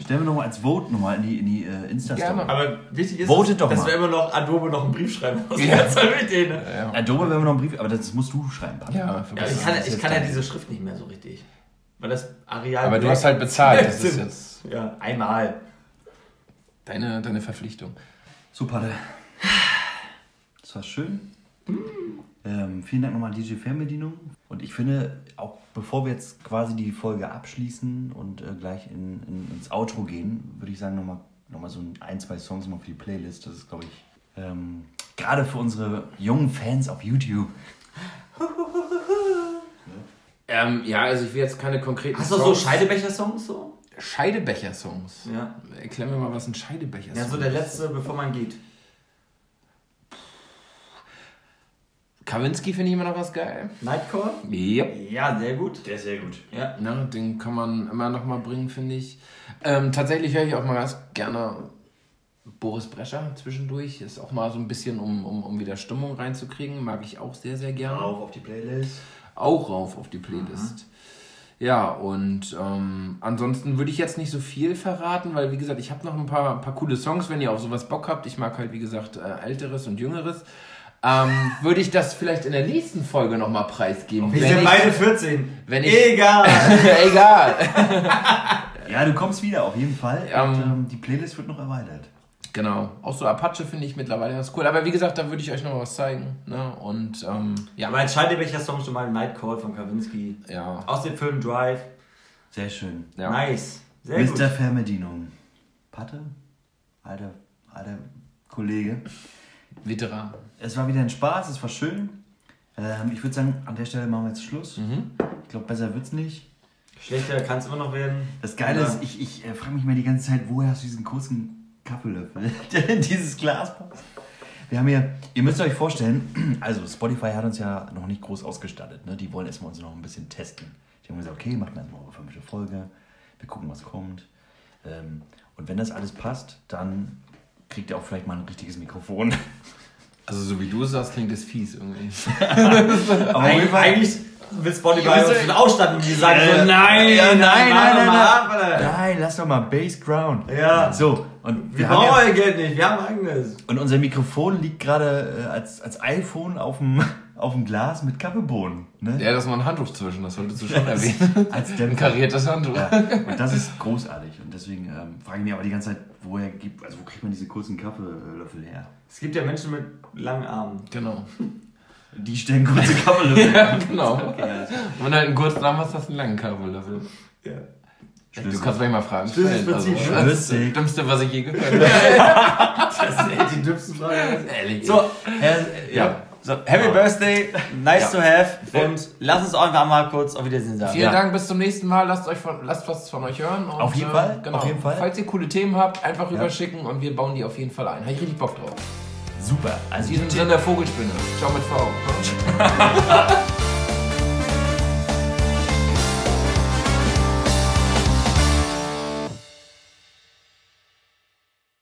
Stellen wir nochmal als Vote nochmal in die, in die äh, Insta-Story.
Gerne.
Aber wichtig ist,
Votet doch
dass
mal.
wir immer noch Adobe noch einen Brief schreiben aus ja. mit denen.
Adobe Äh, werden wir noch einen Brief... Aber das musst du schreiben, Papa.
Ja,
Ja, Also ich kann, ich kann ja diese Schrift nicht mehr so richtig. Weil das Areal.
Aber du hast halt bezahlt. Das ist jetzt
Ja, einmal.
deine, deine Verpflichtung.
So, Palle. Das war schön.
Mm.
Ähm, vielen Dank nochmal an DJ Fernbedienung. Und ich finde, auch bevor wir jetzt quasi die Folge abschließen und äh, gleich in, in, ins Outro gehen, würde ich sagen, nochmal noch mal so ein, ein, zwei Songs mal für die Playlist. Das ist, glaube ich, ähm, gerade für unsere jungen Fans auf YouTube.
Ähm, ja, also ich will jetzt keine konkreten.
Hast du so
Songs-
Scheidebecher-Songs so?
Scheidebecher-Songs?
Ja.
Erklär mir mal, was ein Scheidebecher ist.
Ja, so der letzte, bevor man geht.
Kawinski finde ich immer noch was geil.
Nightcore?
Yep.
Ja, sehr gut. Der ist sehr gut. Ja.
Ne, den kann man immer noch mal bringen, finde ich. Ähm, tatsächlich höre ich auch mal ganz gerne Boris Brescher zwischendurch. Ist auch mal so ein bisschen, um, um, um wieder Stimmung reinzukriegen. Mag ich auch sehr, sehr gerne.
auf die Playlist.
auch rauf auf die Playlist. Ja, und ähm, ansonsten würde ich jetzt nicht so viel verraten, weil wie gesagt, ich habe noch ein paar, ein paar coole Songs, wenn ihr auf sowas Bock habt. Ich mag halt, wie gesagt, äh, älteres und jüngeres. Ähm, würde ich das vielleicht in der nächsten Folge nochmal preisgeben.
Wir
wenn
sind
ich, [LAUGHS]
beide 14.
wenn ich,
Egal.
egal.
Ja, du kommst wieder, auf jeden Fall. Und,
Ähm.
ähm, die Playlist wird noch erweitert.
Genau. Auch so Apache finde ich mittlerweile ganz cool. Aber wie gesagt, da würde ich euch noch was zeigen. Ne? Und ähm, ja,
Aber als Scheidebecher-Song schon mal Nightcore von Kavinsky.
ja.
Aus dem Film Drive.
Sehr schön.
Ja.
Nice. Sehr gut.
Mr. Fernbedienung. Patte, alter, alter Kollege.
Veteran.
Es war wieder ein Spaß, es war schön. Ähm, ich würde sagen, an der Stelle machen wir jetzt Schluss. Ich glaube, besser wird's nicht.
Schlechter kann es immer noch werden.
Das Geile
Ja.
ist, ich, ich äh, frage mich mal die ganze Zeit, woher hast du diesen kurzen Kaffeelöffel, [LAUGHS] der in dieses Glas passt? Wir haben hier, ihr müsst euch vorstellen, [CLEARS THROAT] also Spotify hat uns ja noch nicht groß ausgestattet. Ne? Die wollen erstmal uns noch ein bisschen testen. Die haben gesagt, okay, machen wir erstmal eure fünfte Folge. Wir gucken, was kommt. Ähm, und wenn das alles passt, dann kriegt ihr auch vielleicht mal ein richtiges Mikrofon. [LAUGHS]
Also so wie du es sagst, klingt das fies irgendwie.
Aber auf jeden
Eig
Fall-
eigentlich will Spotify uns schon ausstatten und die sagen so, nein,
Ja,
mach
nein, nein,
doch
nein,
mal ab,
nein.
Alter.
Nein, lass doch mal Base Ground.
Ja.
So, und wir
Wir
haben
brauchen
ja,
euer Geld nicht, wir haben eigenes.
und unser Mikrofon liegt gerade äh, als, als iPhone auf [LAUGHS] dem, auf dem Glas mit Kaffeebohnen. Ne?
Ja, das war ein Handtuch zwischen, das solltest du schon erwähnen.
[LAUGHS] Als
Ein
Dämpfer.
kariertes Handtuch.
Ja. Und das ist großartig. Und deswegen ähm, frage ich mich aber die ganze Zeit, woher gibt, also wo kriegt man diese kurzen Kaffeelöffel her?
Es gibt ja Menschen mit langen Armen.
Genau.
Die stellen kurze Kaffeelöffel her.
genau. Wenn du halt einen kurzen Namen hast, hast du einen langen Kabellöffel.
Ja.
Du kannst mich mal Fragen
Schlüssig-
stellen. Also,
Prinzip.
das ist das
Schlüssig.
Dümmste, was ich je gehört habe.
Die dümmsten Fragen.
Ehrlich.
[LAUGHS] So,
Äh, ja.
so happy birthday, nice
Ja.
to have und lass uns auch einfach mal kurz auf Wiedersehen sagen.
Vielen
Ja.
Dank, bis zum nächsten Mal. Lasst, euch von, lasst was von euch hören. und,
Auf jeden
äh,
Fall,
Genau.
auf jeden Fall.
Falls ihr coole Themen habt, einfach rüberschicken und wir bauen die auf jeden Fall ein. Habe ich
Äh,
richtig Bock drauf.
Super. Also [LAUGHS]
In diesem Sinne, Vogelspinne. Ciao mit V.